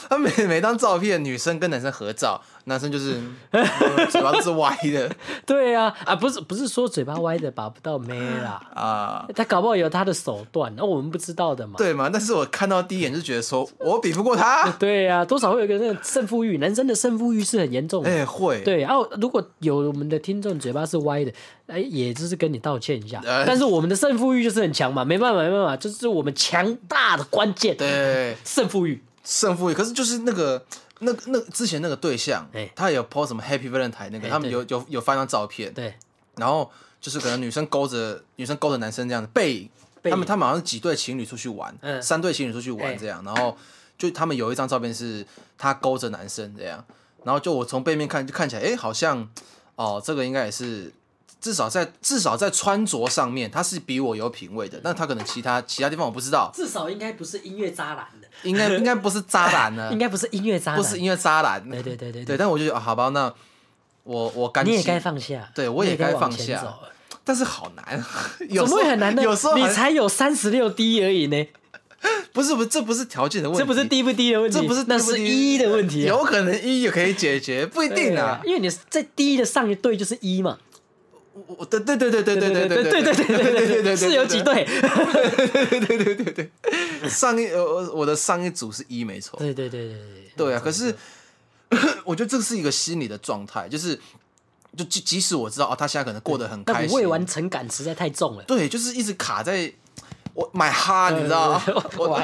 S2: 他每每张照片女生跟男生合照，男生就是呃嘴巴是歪的
S1: 对啊，啊，不是不是说嘴巴歪的把不到妹啦，
S2: 啊，
S1: 他搞不好有他的手段，那、我们不知道的嘛。
S2: 对嘛？但是我看到第一眼就觉得说，我比不过 他，
S1: 对呀、啊，多少会有一个那个胜负欲，男生的胜负欲是很严重的。
S2: 哎，会，
S1: 对，然、后如果有我们的听众嘴巴是歪的，哎，也就是跟你道歉一下。
S2: 呃
S1: 但是我们的胜负欲就是很强嘛，没办法，没办法，这、就是我们强大的关键。，
S2: 对，
S1: 胜负欲。
S2: 哎胜负欲。可是就是那个那个那个之前那个对象
S1: 哎，
S2: 他有 po 什么 Happy Valentine 那个，
S1: 哎
S2: 他们
S1: 对
S2: 有有有翻张照片，
S1: 对，
S2: 然后就是可能女生勾着女生勾着男生这样子背影，
S1: 背影
S2: 他们他们好像几对情侣出去玩，
S1: 嗯
S2: 三对情侣出去
S1: 哎
S2: 玩这样，然后就他们有一张照片是他勾着男生这样，然后就我从背面看就看起来，哎、好像哦，这个应该也是。至少在至少在穿着上面，他是比我有品
S1: 嗯
S2: 味的。那他可能其他其他地方我不知道，
S1: 至少应该不是音乐渣男的，
S2: 应该应该不是渣男呢
S1: 应，该不是音乐渣男，
S2: 不是因为渣男。
S1: 对对对对
S2: 对，但我就觉得、啊、好吧，那我我甘
S1: 你
S2: 心。
S1: 也该放下，
S2: 对我也
S1: 你也
S2: 该
S1: 往
S2: 放
S1: 前
S2: 下
S1: 走
S2: 但是好难，啊 有
S1: 怎
S2: 时
S1: 么
S2: 候
S1: 会很难呢？
S2: 有时候
S1: 你
S2: 好像
S1: 才有三十六 D 而已呢，
S2: 不是不是，这不是条件的问题，
S1: 这不是低不低的问题，
S2: 这不是
S1: 那
S2: 低不
S1: 是
S2: 低
S1: 一的问题啊、
S2: 有可能一也可以解决，不一定啊
S1: 对。因为你在低的上一对就是一嘛，
S2: 我我对对对对对对对
S1: 对
S2: 对
S1: 对
S2: 对
S1: 对
S2: 对对，
S1: 是有几对，
S2: 上一呃我的上一组是一没错，
S1: 对对对对对
S2: 对啊。可是我觉得这是一个心理的状态，就是就即即使我知道哦，他现在可能过得很开
S1: 但
S2: 心
S1: 我，未完成感实在太重了。
S2: 对，就是一直卡在我买哈，你知道
S1: 对对对
S2: 啊我
S1: 哇，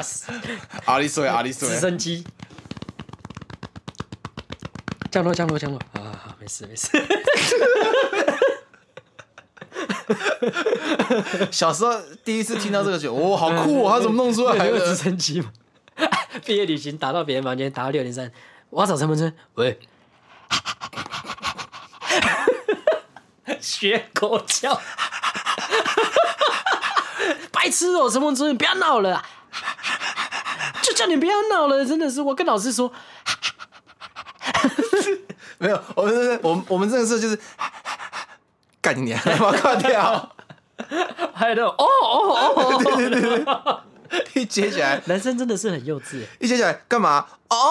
S2: 阿里水阿里水
S1: 直，升机降落降落降落啊，好好没事没事。
S2: 小时候第一次听到这个觉得哇好酷哦，他怎么弄出 来
S1: 有直
S2: 的？
S1: 升机吗？毕业旅行打到别人房间，打到六点三，我要找陈文春，喂， 学狗叫， 白痴哦、陈文春，你不要闹了啊，就叫你不要闹了，真的是，我跟老师说，
S2: 没有，哦我们是我们我们这个事就是干你娘， 我靠掉，
S1: 还有那种哦哦哦哦，
S2: 一接起来，
S1: 男生真的是很幼稚耶，
S2: 一接起来干嘛？哦哦哦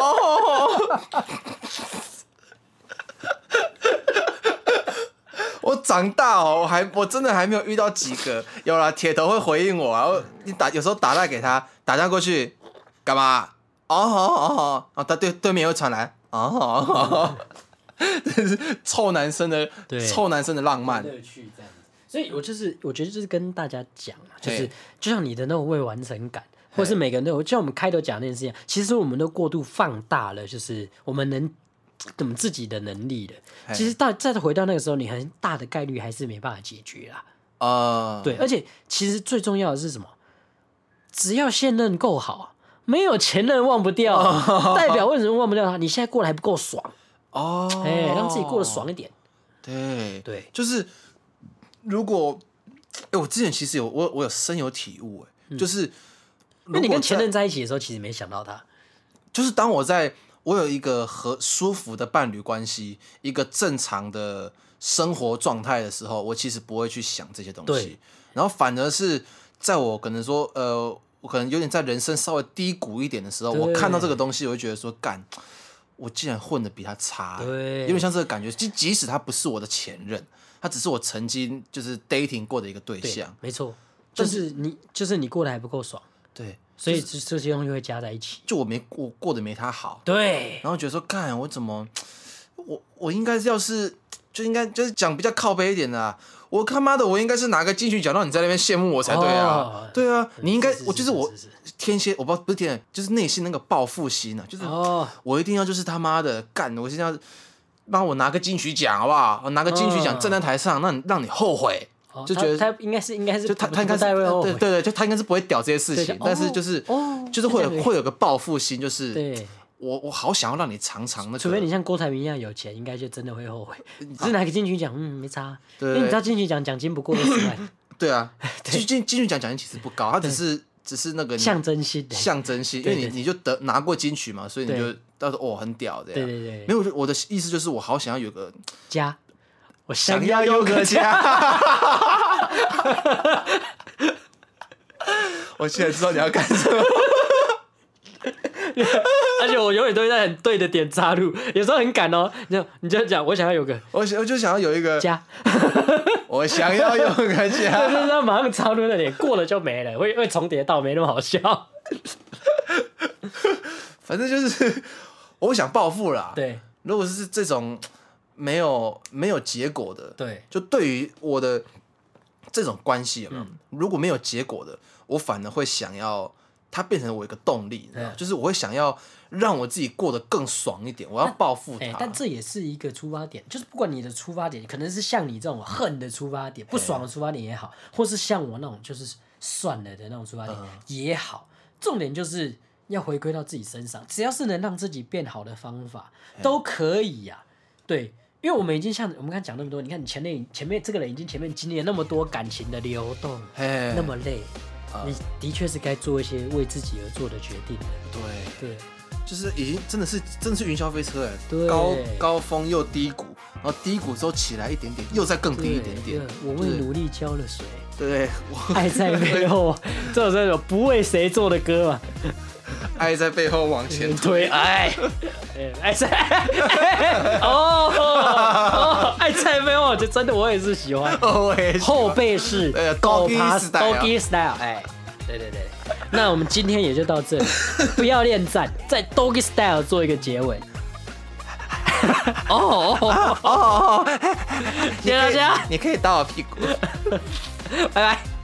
S2: 哦哦哦！我长大哦，我还我真的还没有遇到几个，有啦，铁头会回应我啊，我你打有时候打赖给他，打电话过去干嘛？哦哦哦哦，哦，他对对面又传来哦哦哦 哦，这是臭男生的
S1: 对
S2: 臭男生的浪漫，
S1: 乐趣这样子。所以我就是我觉得就是跟大家讲啊，就是
S2: 嘿
S1: 就像你的那种未完成感，或是每个人都有，就像我们开头讲那件事情，其实我们都过度放大了，就是我们能。我们自己的能力了，
S2: 嘿
S1: 其实到再回到那个时候，你很大的概率还是没办法解决啦。
S2: 呃，
S1: 对，而且其实最重要的是什么？只要现任够好，没有前任忘不掉啊，代表为什么忘不掉他？你现在过得还不够爽，
S2: 哦，
S1: 哎，让自己过得爽一点。
S2: 对
S1: 对
S2: 就是如果，哎、我之前其实有我我有深有体悟、哎、就是
S1: 嗯那
S2: 如果
S1: 你跟前
S2: 在
S1: 任在一起的时候，其实没想到他，
S2: 就是当我在我有一个和舒服的伴侣关系，一个正常的生活状态的时候，我其实不会去想这些东西
S1: 对，
S2: 然后反而是在我可能说呃，我可能有点在人生稍微低谷一点的时候，
S1: 对
S2: 我看到这个东西，我就觉得说干。我竟然混的比他差、
S1: 对
S2: 有点像这个感觉。即即使他不是我的前任，他只是我曾经就是 dating 过的一个对
S1: 对，
S2: 象。
S1: 没错，就是你，就是你过得还不够爽，
S2: 对，
S1: 所以这这些东西会加在一起。
S2: 就我没我过得没他好，
S1: 对，
S2: 然后觉得说，干我怎么，我我应该是要是就应该就是讲比较靠背一点的、啊，我他妈的我应该是拿个金曲奖让你在那边羡慕我才对啊，
S1: 哦
S2: 对啊，你应该
S1: 是是
S2: 我就是我
S1: 是是
S2: 天蝎，我不知道不是天蝎，就是内心那个报复心啊，就是、
S1: 哦，
S2: 我一定要就是他妈的干，我现在要帮我拿个金曲奖好不好？我拿个金曲奖
S1: 嗯
S2: 站在台上，让你让你后悔，
S1: 哦
S2: 就觉得
S1: 他他应该是应该是
S2: 就他
S1: 不
S2: 他应该
S1: 不
S2: 是
S1: 太会后
S2: 对
S1: 悔
S2: 对对，就他应该是不会屌这些事
S1: 对
S2: 情
S1: 就，
S2: 但是
S1: 哦
S2: 就是
S1: 哦
S2: 就是会
S1: 这样
S2: 有
S1: 也
S2: 会有个报复心，就是
S1: 对，
S2: 我我好想要让你尝尝那个，
S1: 除非你像郭台铭一样有钱，应该就真的会后悔。只是拿个金曲奖，嗯，没差，因
S2: 呃对
S1: 为你知道金曲奖奖金不过二十万，
S2: 对啊，金金金曲奖奖金其实不高，它只是只是那个你
S1: 象征性的。
S2: 象征性，因
S1: 对
S2: 为你你就得拿过金曲嘛，所以你
S1: 对
S2: 就到时候哦很屌这
S1: 对
S2: 样。
S1: 对对
S2: 没有，我就我的意思就是我好想要有个
S1: 加，我 想
S2: 想要有个家。 我现在知道你要干什么。
S1: 而且我永远都会在很对的点插入，有时候很赶哦。你就你就讲，我想要有个
S2: 我想我就想要有一个，
S1: 家，
S2: 我想要有个
S1: 但
S2: 家，
S1: 是要马上插入那点，过了就没了，会会重叠到，没那么好笑。
S2: 反正就是我想暴富啦。，
S1: 对
S2: 如果是这种没有没有结果的，
S1: 对，
S2: 就对于我的这种关系有没有？
S1: 嗯
S2: 如果没有结果的，我反而会想要它变成我一个动力，你知道吗
S1: 嗯
S2: 就是我会想要让我自己过得更爽一点，我要报复
S1: 哎、
S2: 它。
S1: 但这也是一个出发点，就是不管你的出发点，可能是像你这种恨的出发点、不爽的出发点也好，或是像我那种就是算了的那种出发点也好，重点就是要回归到自己身上，只要是能让自己变好的方法都可以呀、对。因为我们已经像我们刚才讲那么多，你看你前面前面这个人已经前面经历了那么多感情的流动，
S2: 哎，
S1: 那么累，
S2: 啊
S1: 你的确是该做一些为自己而做的决定了。
S2: 对，
S1: 对，
S2: 就是已经真的是真的是云霄飞车哎、
S1: 对
S2: 高高峰又低谷，然后低谷之后起来一点点，又再更低一点点
S1: 对，我为努力浇 了水。
S2: 对，我
S1: 爱在背后，这首这首不为谁做的歌嘛，
S2: 爱在背后往前推。
S1: 推爱，哎爱在 哦哦，爱在背后，就真的我也是喜 欢，
S2: 哦，我也喜欢
S1: 后背是
S2: 呃
S1: 狗
S2: doggy
S1: 爬
S2: style
S1: doggy style，哎，对对对，那我们今天也就到 这里，不要恋战，在 doggy style 做一个结尾。 哦哦哦，谢谢大家，
S2: 你可以打我屁股。
S1: 拜拜。